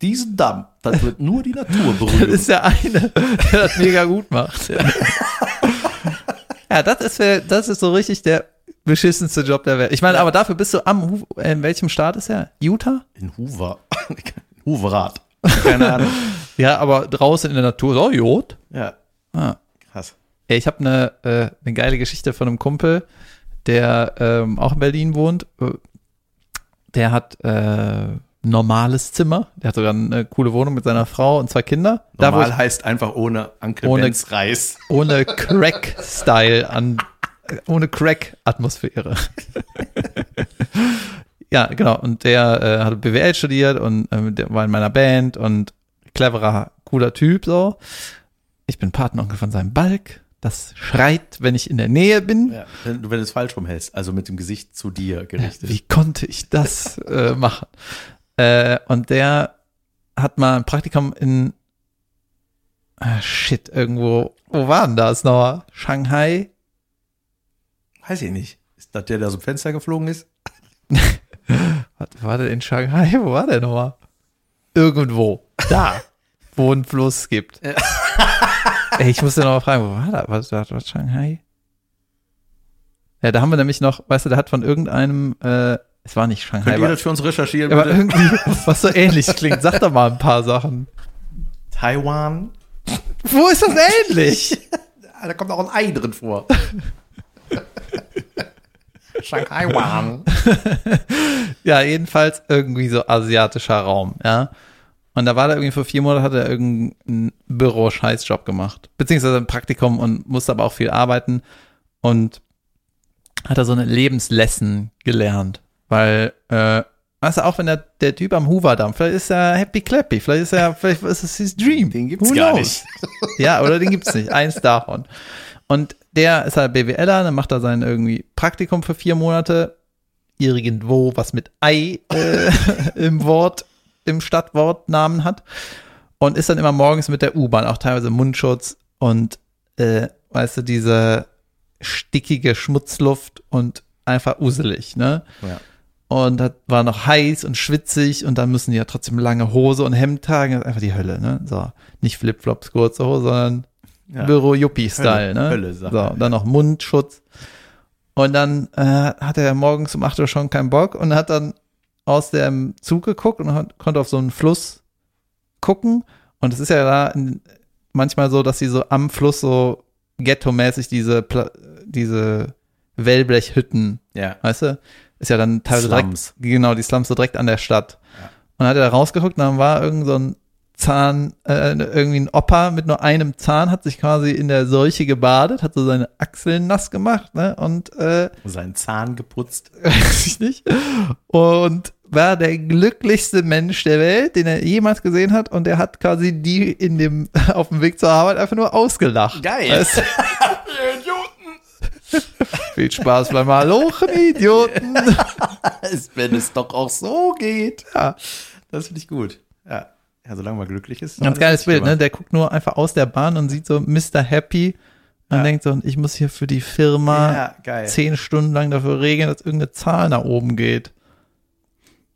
B: diesen Damm, das wird nur die Natur
A: Das
B: berühren.
A: ist der eine, der das mega gut macht. ja, das ist, der- das ist so richtig der beschissenste Job der Welt. Ich meine, aber dafür bist du am, Hu- in welchem Staat ist er? Utah?
B: In Hoover. Hooverrad. Keine Ahnung.
A: Ja, aber draußen in der Natur, so, Jod.
B: Ja,
A: Ah.
B: krass.
A: Ey, Ich habe eine, äh, eine geile Geschichte von einem Kumpel, der ähm, auch in Berlin wohnt. Äh, Der hat äh, normales Zimmer. Der hat sogar eine coole Wohnung mit seiner Frau und zwei Kinder. Da, wo
B: Normal
A: es
B: heißt einfach ohne Ankel
A: Ohne-
B: Benz Reis.
A: ohne Crack-Style an, äh, ohne Crack-Atmosphäre. ja, genau. Und der äh, hat BWL studiert und ähm, der war in meiner Band und cleverer, cooler Typ so. Ich bin Patenonkel von seinem Balk. Das schreit, wenn ich in der Nähe bin.
B: Ja. Wenn, du- wenn du es falsch rumhältst, also mit dem Gesicht zu dir gerichtet.
A: Wie konnte ich das äh, machen? Äh, und der hat mal ein Praktikum in ah, Shit, irgendwo, wo war denn das noch? Shanghai?
B: Weiß ich nicht. Ist das der, der aus dem Fenster geflogen ist?
A: Was war denn in Shanghai? Wo war der nochmal? Irgendwo. Da. wo ein Fluss gibt. Ey, ich muss dir nochmal fragen, wo war da? Was war das? Shanghai? Ja, da haben wir nämlich noch, weißt du, der hat von irgendeinem, äh, es war nicht Shanghai,
B: Könnt ihr
A: aber,
B: das für uns recherchieren?
A: aber
B: bitte?
A: irgendwie, was so ähnlich klingt. Sag doch mal ein paar Sachen.
B: Taiwan?
A: Wo ist das ähnlich?
B: Ah, da kommt auch ein Ei drin vor.
D: Shanghai-Wan.
A: ja, jedenfalls irgendwie so asiatischer Raum, ja. Und da war er irgendwie vor vier Monaten, hat er irgendeinen Büro-Scheißjob gemacht. Beziehungsweise ein Praktikum und musste aber auch viel arbeiten. Und hat er so eine Lebenslessen gelernt. Weil, äh, weißt du, auch wenn der, der Typ am Hoover-Damm, vielleicht ist er Happy Clappy, vielleicht ist er, vielleicht ist es his Dream.
B: Den gibt's gar nicht.
A: Ja, oder den gibt's nicht. Eins davon. Und der ist halt BWLer, dann macht er sein irgendwie Praktikum für vier Monate. Irgendwo was mit Ei äh, im Wort, im Stadtwortnamen hat. Und ist dann immer morgens mit der U-Bahn, auch teilweise Mundschutz und, äh, weißt du, diese stickige Schmutzluft und einfach uselig, ne?
B: Ja.
A: Und das war noch heiß und schwitzig und dann müssen die ja trotzdem lange Hose und Hemd tragen. Das ist einfach die Hölle, ne? So, nicht Flipflops, kurze Hose, sondern
B: Ja.
A: Büro-Yuppie-Style,
B: Hölle,
A: ne?
B: Hölle,
A: so,
B: sagt man,
A: dann noch Mundschutz. Und dann äh, hat er morgens um 8 Uhr schon keinen Bock und hat dann aus dem Zug geguckt und hat, konnte auf so einen Fluss gucken. Und es ist ja da in, manchmal so, dass sie so am Fluss so ghetto-mäßig diese, Pla diese Wellblechhütten
B: Ja.
A: weißt du? Ist ja dann teilweise
B: Slums.
A: direkt, genau, die Slums so direkt an der Stadt. Und dann hat er da rausgeguckt, und dann war irgend so ein Zahn, äh, irgendwie ein Opa mit nur einem Zahn, hat sich quasi in der Seuche gebadet, hat so seine Achseln nass gemacht, ne, und, äh,
B: Sein Zahn geputzt.
A: weiß ich nicht, und war der glücklichste Mensch der Welt, den er jemals gesehen hat, und er hat quasi die in dem, auf dem Weg zur Arbeit einfach nur ausgelacht.
B: Geil.
A: Weißt du? Viel Spaß beim Malochen, Idioten.
B: Wenn es doch auch so geht.
A: Ja.
B: Das finde ich gut. Ja. ja, solange man glücklich ist.
A: Ganz geiles Bild, ne? Der guckt nur einfach aus der Bahn und sieht so Mr. Happy und
B: Ja.
A: denkt so, ich muss hier für die Firma
B: Ja, geil.
A: zehn Stunden lang dafür regeln, dass irgendeine Zahl nach oben geht.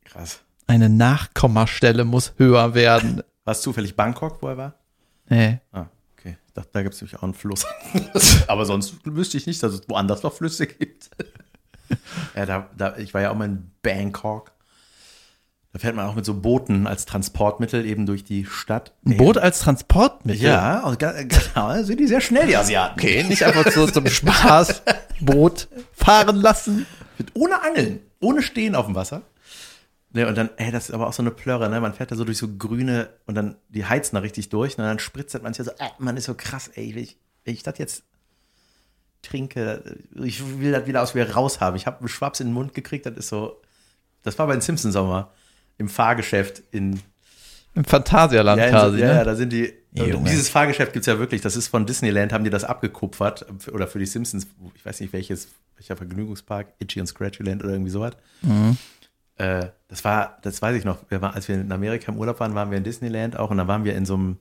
B: Krass.
A: Eine Nachkommastelle muss höher werden.
B: War es zufällig Bangkok, wo er war?
A: nee.
B: Ah, okay. Ich dachte, da gibt es nämlich auch einen Fluss. Aber sonst wüsste ich nicht, dass es woanders noch Flüsse gibt. ja, da, da, ich war ja auch mal in Bangkok. Da fährt man auch mit so Booten als Transportmittel eben durch die Stadt.
A: Ein Boot als Transportmittel.
B: Ja, und ga- genau, da sind die sehr schnell, die Asiaten.
A: Okay, nicht einfach so zum Spaß Boot fahren lassen.
B: Mit- Ohne Angeln, ohne Stehen auf dem Wasser. Ne, und dann, ey, das ist aber auch so eine Plörre, ne? Man fährt da so durch so grüne und dann, die heizen da richtig durch. ne? Und dann spritzt das manche so, äh, man ist so krass, ey, wenn ich, wenn ich das jetzt trinke, ich will das wieder aus mir raus haben. Ich habe einen Schwaps in den Mund gekriegt, das ist so, das war bei den Simpsons auch mal. Im Fahrgeschäft in
A: Im Phantasialand
B: ja, in so-
A: quasi,
B: ja,
A: ne?
B: ja, da sind die.
A: Junge.
B: Dieses Fahrgeschäft gibt's ja wirklich. Das ist von Disneyland, haben die das abgekupfert. f- Oder für die Simpsons, ich weiß nicht welches, welcher Vergnügungspark, Itchy und Scratchyland oder irgendwie sowas.
A: Mhm.
B: Äh, das war, das weiß ich noch. Wir waren, als wir in Amerika im Urlaub waren, waren wir in Disneyland auch und da waren wir in so einem,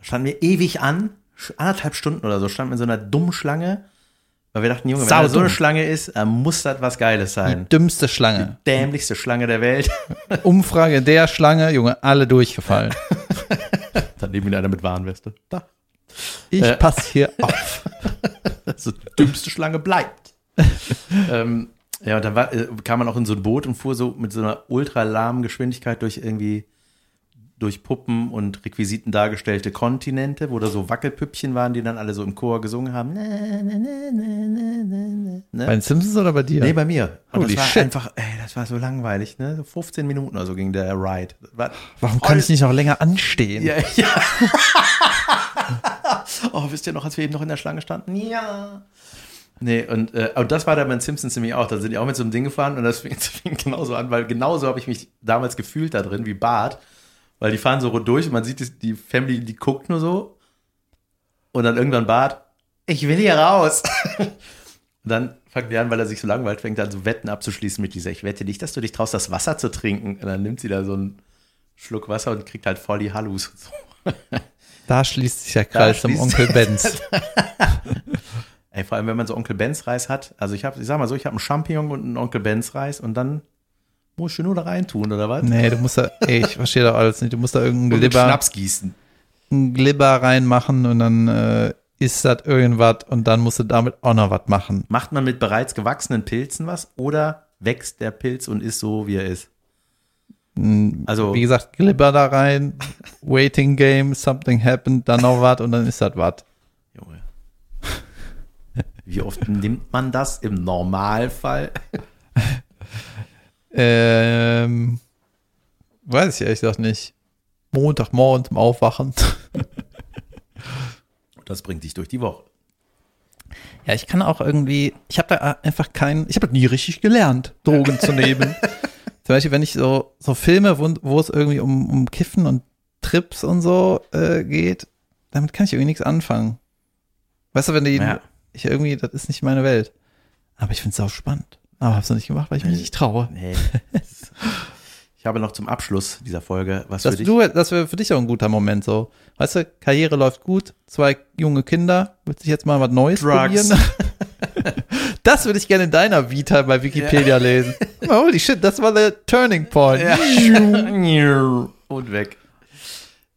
B: da standen wir ewig an, sch- anderthalb Stunden oder so, standen wir in so einer dummen Schlange, weil wir dachten, Junge, wenn
A: Sau
B: da so eine
A: dumm.
B: Schlange ist, dann muss das was Geiles sein.
A: Die dümmste Schlange.
B: Dämlichste Schlange der Welt.
A: Umfrage der Schlange, Junge, alle durchgefallen.
B: Daneben wieder einer mit Warnweste. Da.
A: Ich
B: Äh.
A: pass hier auf.
B: Also die dümmste Schlange bleibt. ähm, ja, und dann war, äh, kam man auch in so ein Boot und fuhr so mit so einer ultra lahmen Geschwindigkeit durch irgendwie durch Puppen und Requisiten dargestellte Kontinente, wo da so Wackelpüppchen waren, die dann alle so im Chor gesungen haben. Na, na, na, na, na,
A: Bei
B: na, na.
A: den Simpsons oder bei dir?
B: Nee, bei mir. Und
A: Holy
B: das war
A: shit.
B: einfach, ey, das war so langweilig, ne? So 15 Minuten oder so ging der Ride. Das War
A: Warum kann ich nicht noch länger anstehen?
B: Ja, ja. oh, wisst ihr noch, als wir eben noch in der Schlange standen? Ja. Nee, und, äh, aber das war da bei den Simpsons nämlich auch. Da sind die auch mit so einem Ding gefahren und das fing, das fing genauso an, weil genauso habe ich mich damals gefühlt da drin wie Bart, weil die fahren so rot durch und man sieht, die- die Family, die guckt nur so und dann irgendwann Bart, ich will hier raus. Und dann fangen die an, weil er sich so langweilt, fängt an, so Wetten abzuschließen mit dieser. Ich wette nicht, dass du dich traust, das Wasser zu trinken. Und dann nimmt sie da so einen Schluck Wasser und kriegt halt voll die Hallus. Und so.
A: Da schließt sich der Kreis um zum
B: schließt-
A: Onkel Benz.
B: Ey, vor allem, wenn man so Onkel Benz Reis hat. Also ich habe, ich sag mal so, ich habe einen Champignon und einen Onkel Benz Reis und dann muss ich nur da reintun, oder was?
A: Nee, du musst da, ey, ich verstehe da alles nicht. Du musst da
B: Und
A: irgendeinen
B: mit
A: Glibber,
B: Schnaps gießen.
A: einen Glibber reinmachen und dann äh, ist das irgendwas und dann musst du damit auch noch was machen.
B: Macht man mit bereits gewachsenen Pilzen was oder wächst der Pilz und ist so, wie er ist? Also,
A: Wie gesagt, Glibber da rein, Waiting Game, something happened, dann noch was und dann ist das was.
B: Junge. Wie oft nimmt man das im Normalfall?
A: Ähm, weiß ich ehrlich gesagt nicht. Montagmorgen zum Aufwachen.
B: Das bringt dich durch die Woche.
A: Ja, ich kann auch irgendwie, ich habe da einfach keinen, ich habe nie richtig gelernt, Drogen zu nehmen. Zum Beispiel, wenn ich so, so Filme, wo, wo es irgendwie um, um Kiffen und Trips und so äh, geht, damit kann ich irgendwie nichts anfangen. Weißt du, wenn die,
B: Ja.
A: ich irgendwie, das ist nicht meine Welt. Aber ich find's auch spannend. Aber hab's noch nicht gemacht, weil ich mich nicht traue.
B: Nee. ich habe noch zum Abschluss dieser Folge was
A: Das,
B: für dich.
A: du, das wäre für dich auch ein guter Moment so. Weißt du, Karriere läuft gut, zwei junge Kinder, willst du jetzt mal was Neues
B: Drugs.
A: probieren? das würde ich gerne in deiner Vita bei Wikipedia lesen. Holy shit, das war der Turning Point.
B: Und weg.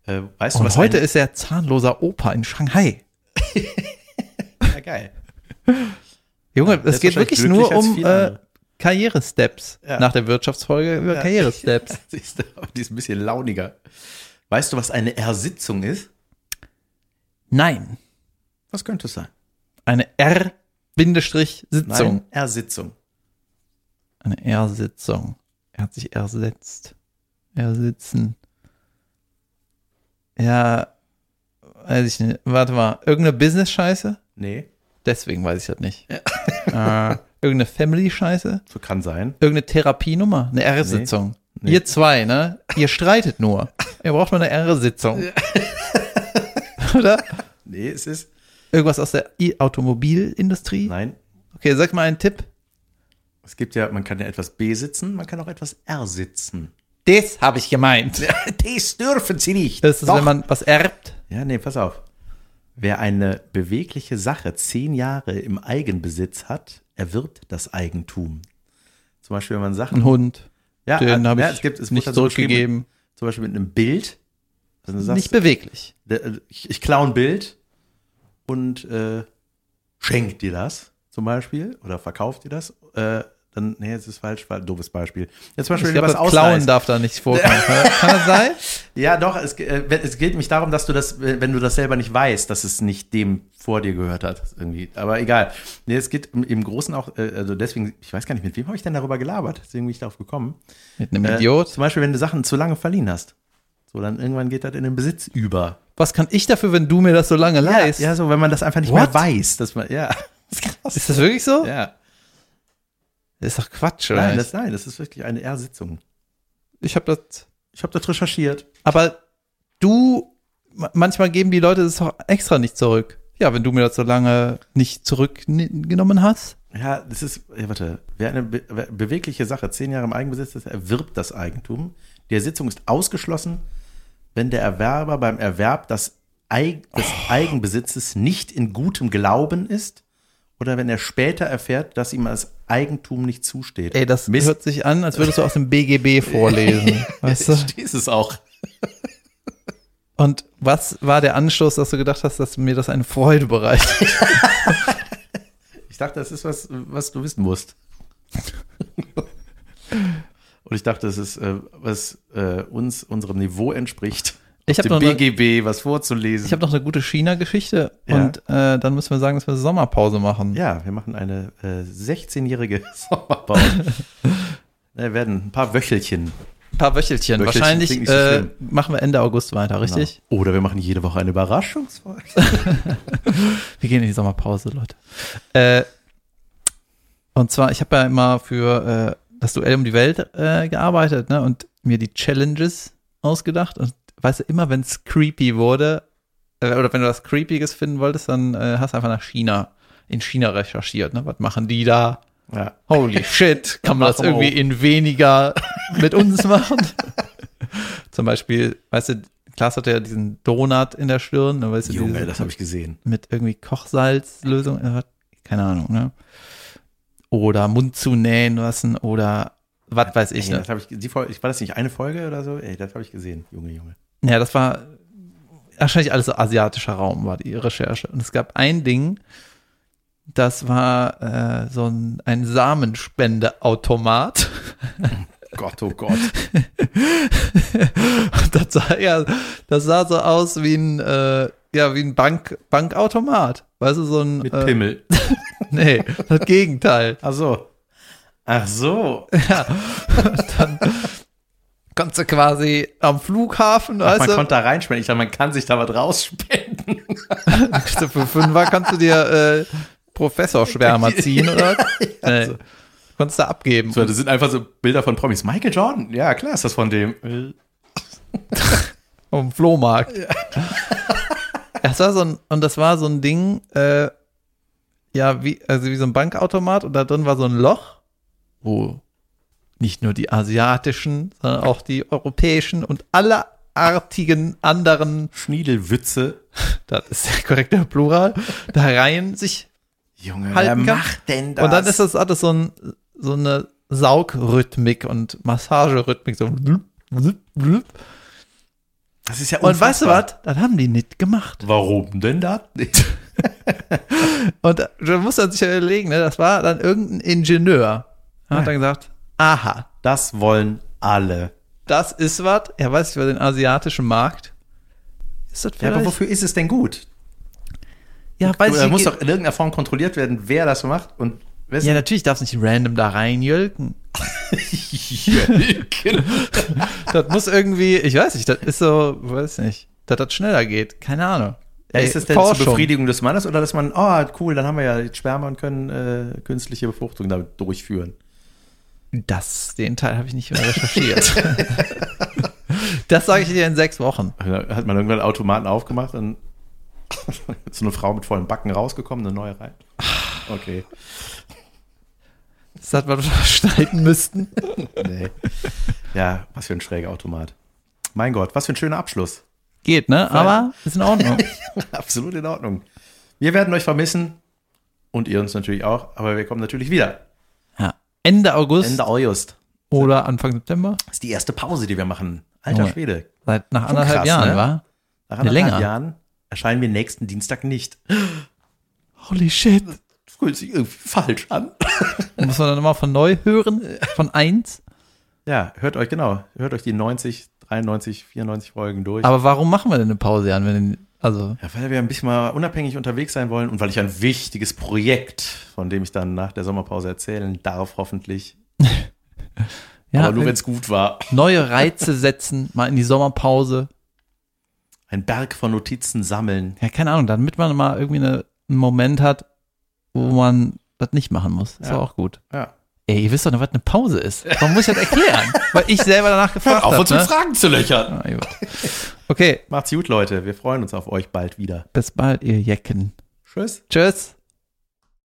B: Äh, weißt du,
A: Und
B: was
A: heute
B: ein-
A: ist er zahnloser Opa in Shanghai.
B: Ja, geil.
A: Junge,
B: der
A: es
B: ist
A: geht
B: wahrscheinlich
A: wirklich nur
B: glücklicher als
A: um
B: viele
A: äh,
B: andere.
A: Karrieresteps.
B: Ja.
A: Nach der Wirtschaftsfolge über
B: Ja.
A: Karrieresteps.
B: Siehst du, aber die ist ein bisschen launiger. Weißt du, was eine Ersitzung ist?
A: Nein,
B: Was könnte es sein?
A: eine R-Sitzung.
B: Nein, Ersitzung.
A: Eine R-Sitzung. Er hat sich ersetzt. Ersitzen. Ja, weiß ich nicht. Warte mal. Irgendeine Business-Scheiße?
B: Nee,
A: Deswegen weiß ich das nicht. Äh, irgendeine Family-Scheiße?
B: so kann sein.
A: Irgendeine Therapienummer? Eine R-Sitzung.
B: Nee.
A: Ihr zwei, ne? Ihr streitet nur. Ihr braucht mal eine R-Sitzung. Oder?
B: Nee, es ist.
A: Irgendwas aus der I- Automobilindustrie?
B: Nein.
A: Okay, sag mal einen Tipp.
B: Es gibt ja, man kann ja etwas besitzen, man kann auch etwas ersitzen.
A: Das habe ich gemeint.
B: Das dürfen sie nicht.
A: Das ist, wenn man was erbt.
B: Ja, nee, pass auf. Wer eine bewegliche Sache zehn Jahre im Eigenbesitz hat, erwirbt das Eigentum. Zum Beispiel, wenn man Sachen.
A: Ein Hund.
B: Ja, äh,
A: Den
B: ja,
A: habe ich
B: es gibt, es wurde
A: nicht
B: dann so beschrieben,
A: zurückgegeben.
B: Zum Beispiel mit einem Bild. Also du
A: Nicht
B: sagst,
A: beweglich.
B: der- äh, ich, ich klaue ein Bild und äh, schenk dir das zum Beispiel oder verkauf dir das. Äh, dann, nee, es ist falsch, war ein doofes Beispiel. Jetzt zum Beispiel,
A: Ich
B: wenn
A: glaube,
B: du was
A: das Klauen
B: ausleihst.
A: darf da nicht vorkommen. ne? Kann das sein?
B: Ja, doch, es, äh, wenn- es geht mich darum, dass du das, äh, wenn du das selber nicht weißt, dass es nicht dem vor dir gehört hat, irgendwie. Aber egal. Nee, es geht im, im Großen auch, äh, also deswegen, ich weiß gar nicht, mit wem habe ich denn darüber gelabert? Deswegen bin ich darauf gekommen.
A: Mit einem
B: Äh,
A: Idiot.
B: Zum Beispiel, wenn du Sachen zu lange verliehen hast. So, dann irgendwann geht das in den Besitz über.
A: Was kann ich dafür, wenn du mir das so lange leihst?
B: Ja, so, wenn man das einfach nicht
A: What?
B: mehr weiß, dass man, ja. Das ist krass.
A: Ist das wirklich so?
B: Ja.
A: Das ist doch Quatsch, oder?
B: Nein,
A: nicht?
B: das, nein, das ist wirklich eine R-Sitzung.
A: ich habe das.
B: Ich habe das recherchiert.
A: Aber du, ma- manchmal geben die Leute das doch extra nicht zurück. Ja, wenn du mir das so lange nicht zurückgenommen hast.
B: Ja, das ist, ja, warte, wer eine be wer bewegliche Sache zehn Jahre im Eigenbesitz ist, erwirbt das Eigentum. Die Ersitzung ist ausgeschlossen, wenn der Erwerber beim Erwerb das Eig des
A: Oh.
B: Eigenbesitzes nicht in gutem Glauben ist oder wenn er später erfährt, dass ihm das Eigentum nicht zusteht.
A: Ey, das
B: Mist,
A: hört sich an, als würdest du aus dem BGB vorlesen. weißt du?
B: ist es auch.
A: Und was war der Anstoß, dass du gedacht hast, dass mir das eine Freude bereitet?
B: Ich dachte, das ist was, was du wissen musst. Und ich dachte, es ist, äh, was äh, uns, unserem Niveau entspricht,
A: Ich hab
B: dem
A: noch eine-
B: BGB was vorzulesen.
A: Ich habe noch eine gute China-Geschichte
B: Ja.
A: und äh, dann müssen wir sagen, dass wir Sommerpause machen.
B: ja, wir machen eine äh, 16-jährige Sommerpause. Wir werden ein paar Wöchelchen.
A: Ein paar Wöchelchen.
B: Wöchelchen
A: Wahrscheinlich
B: klingt nicht so
A: äh,
B: schlimm.
A: machen wir Ende August weiter, richtig?
B: Genau. Oder wir machen jede Woche eine Überraschungsfolge.
A: Wir gehen in die Sommerpause, Leute. Äh, und zwar, ich habe ja immer für äh, das Duell um die Welt äh, gearbeitet ne? und mir die Challenges ausgedacht. Und weißt du, immer wenn es creepy wurde, äh, oder wenn du was Creepiges finden wolltest, dann äh, hast du einfach nach China, in China recherchiert. Ne? Was machen die da?
B: Ja.
A: Holy shit, kann man das
B: Machen wir
A: irgendwie in weniger mit uns machen? Zum Beispiel, weißt du, Klaas hatte ja diesen Donut in der Stirn, ne, weißt du,
B: Junge,
A: diese-
B: das habe ich gesehen.
A: mit irgendwie Kochsalzlösung, äh, keine Ahnung, ne? Oder Mund zu nähen lassen oder was weiß ich.
B: Ey,
A: Ne?
B: das hab ich, äh, die Folge, war das nicht eine Folge oder so? Ey, das habe ich gesehen. Junge, Junge.
A: Ja, das war wahrscheinlich alles so asiatischer Raum, war die Recherche. Und es gab ein Ding, das war äh, so ein, ein Samenspendeautomat.
B: Gott, oh Gott.
A: das sah ja, das sah so aus wie ein, äh, ja, wie ein Bank, Bankautomat. Weißt du, so ein.
B: Mit
A: äh,
B: Pimmel.
A: Nee, das Gegenteil.
B: Ach so. Ach so.
A: Kannst du quasi am Flughafen, weißt
B: man
A: du,
B: konnte da reinspenden. Ich dachte, man kann sich da was rausspenden.
A: kannst du für Fünfer kannst du dir äh, Professorschwärmer ziehen, oder? Nee. Konntest du abgeben.
B: So, das sind einfach so Bilder von Promis. Michael Jordan. Ja, klar ist das von dem. Äh,
A: Vom Flohmarkt. Das war so ein, und das war so ein Ding, äh, ja, wie, also wie so ein Bankautomat und da drin war so ein Loch, wo nicht nur die asiatischen, sondern auch die europäischen und alle artigen anderen,
B: Schniedelwütze.
A: das ist der korrekte Plural, da rein sich
B: Junge,
A: halten kann.
B: denn
A: Und dann ist das alles so, ein, so eine Saugrhythmik und Massagerhythmik. So. blub, blub, blub.
B: das ist ja
A: Und weißt du was? Das haben die nicht gemacht.
B: Warum denn das nicht?
A: Und da muss man sich ja überlegen, ne? das war dann irgendein Ingenieur. Er hat dann gesagt, aha,
B: Das wollen alle.
A: das ist was. Er weiß über den asiatischen Markt. Ist das
B: Ja,
A: vielleicht?
B: aber wofür ist es denn gut?
A: ja weiß
B: Da
A: ich
B: muss
A: nicht.
B: doch in irgendeiner Form kontrolliert werden, wer das macht
A: Ja,
B: und wessen.
A: natürlich darfst du nicht random da reinjölken. Das muss irgendwie, ich weiß nicht, das ist so, weiß nicht, dass das schneller geht. Keine Ahnung.
B: Ja,
A: Ey,
B: ist das denn zur Befriedigung des Mannes oder dass man, oh cool, dann haben wir ja jetzt Sperma und können äh, künstliche Befruchtung damit durchführen?
A: Das, den Teil habe ich nicht mehr recherchiert. das sage ich dir in sechs Wochen.
B: Also, Da hat man irgendwann einen Automaten aufgemacht und ist so eine Frau mit vollen Backen rausgekommen, eine neue rein. Okay.
A: Das hat man schneiden müssten.
B: Nee. Ja, was für ein schräger Automat. Mein Gott, was für ein schöner Abschluss.
A: Geht, ne? Aber ist in Ordnung.
B: Absolut in Ordnung. Wir werden euch vermissen und ihr uns natürlich auch, aber wir kommen natürlich wieder.
A: Ja. Ende August
B: Ende August.
A: oder Anfang September.
B: Das ist die erste Pause, die wir machen. Alter
A: Junge.
B: Schwede.
A: Seit nach
B: Schon
A: anderthalb
B: krass,
A: Jahren,
B: ne?
A: war.
B: Nach
A: Eine
B: anderthalb
A: länger.
B: Jahren erscheinen wir nächsten Dienstag nicht.
A: Holy shit.
B: Das fühlt sich irgendwie falsch an.
A: Muss man dann immer von neu hören? Von eins?
B: Ja, hört euch genau. Hört euch die 90, 93, 94 Folgen durch.
A: Aber warum machen wir denn eine Pause, Jan? Wenn, also,
B: Ja, weil wir ein bisschen mal unabhängig unterwegs sein wollen und weil ich ein wichtiges Projekt, von dem ich dann nach der Sommerpause erzählen darf, hoffentlich.
A: ja,
B: Aber nur wenn es gut war.
A: neue Reize setzen, mal in die Sommerpause.
B: Ein Berg von Notizen sammeln.
A: Ja, keine Ahnung, damit man mal irgendwie eine, einen Moment hat, wo man das nicht machen muss. Ist
B: Ja.
A: ja. auch gut.
B: Ja.
A: Ey, ihr wisst doch noch, was eine Pause ist. Warum muss ich das erklären? Weil ich selber danach gefragt habe. Ne?
B: Fragen zu löchern.
A: Ah, gut. Okay,
B: Macht's gut, Leute. Wir freuen uns auf euch bald wieder.
A: bis bald, ihr Jecken.
B: Tschüss.
A: Tschüss.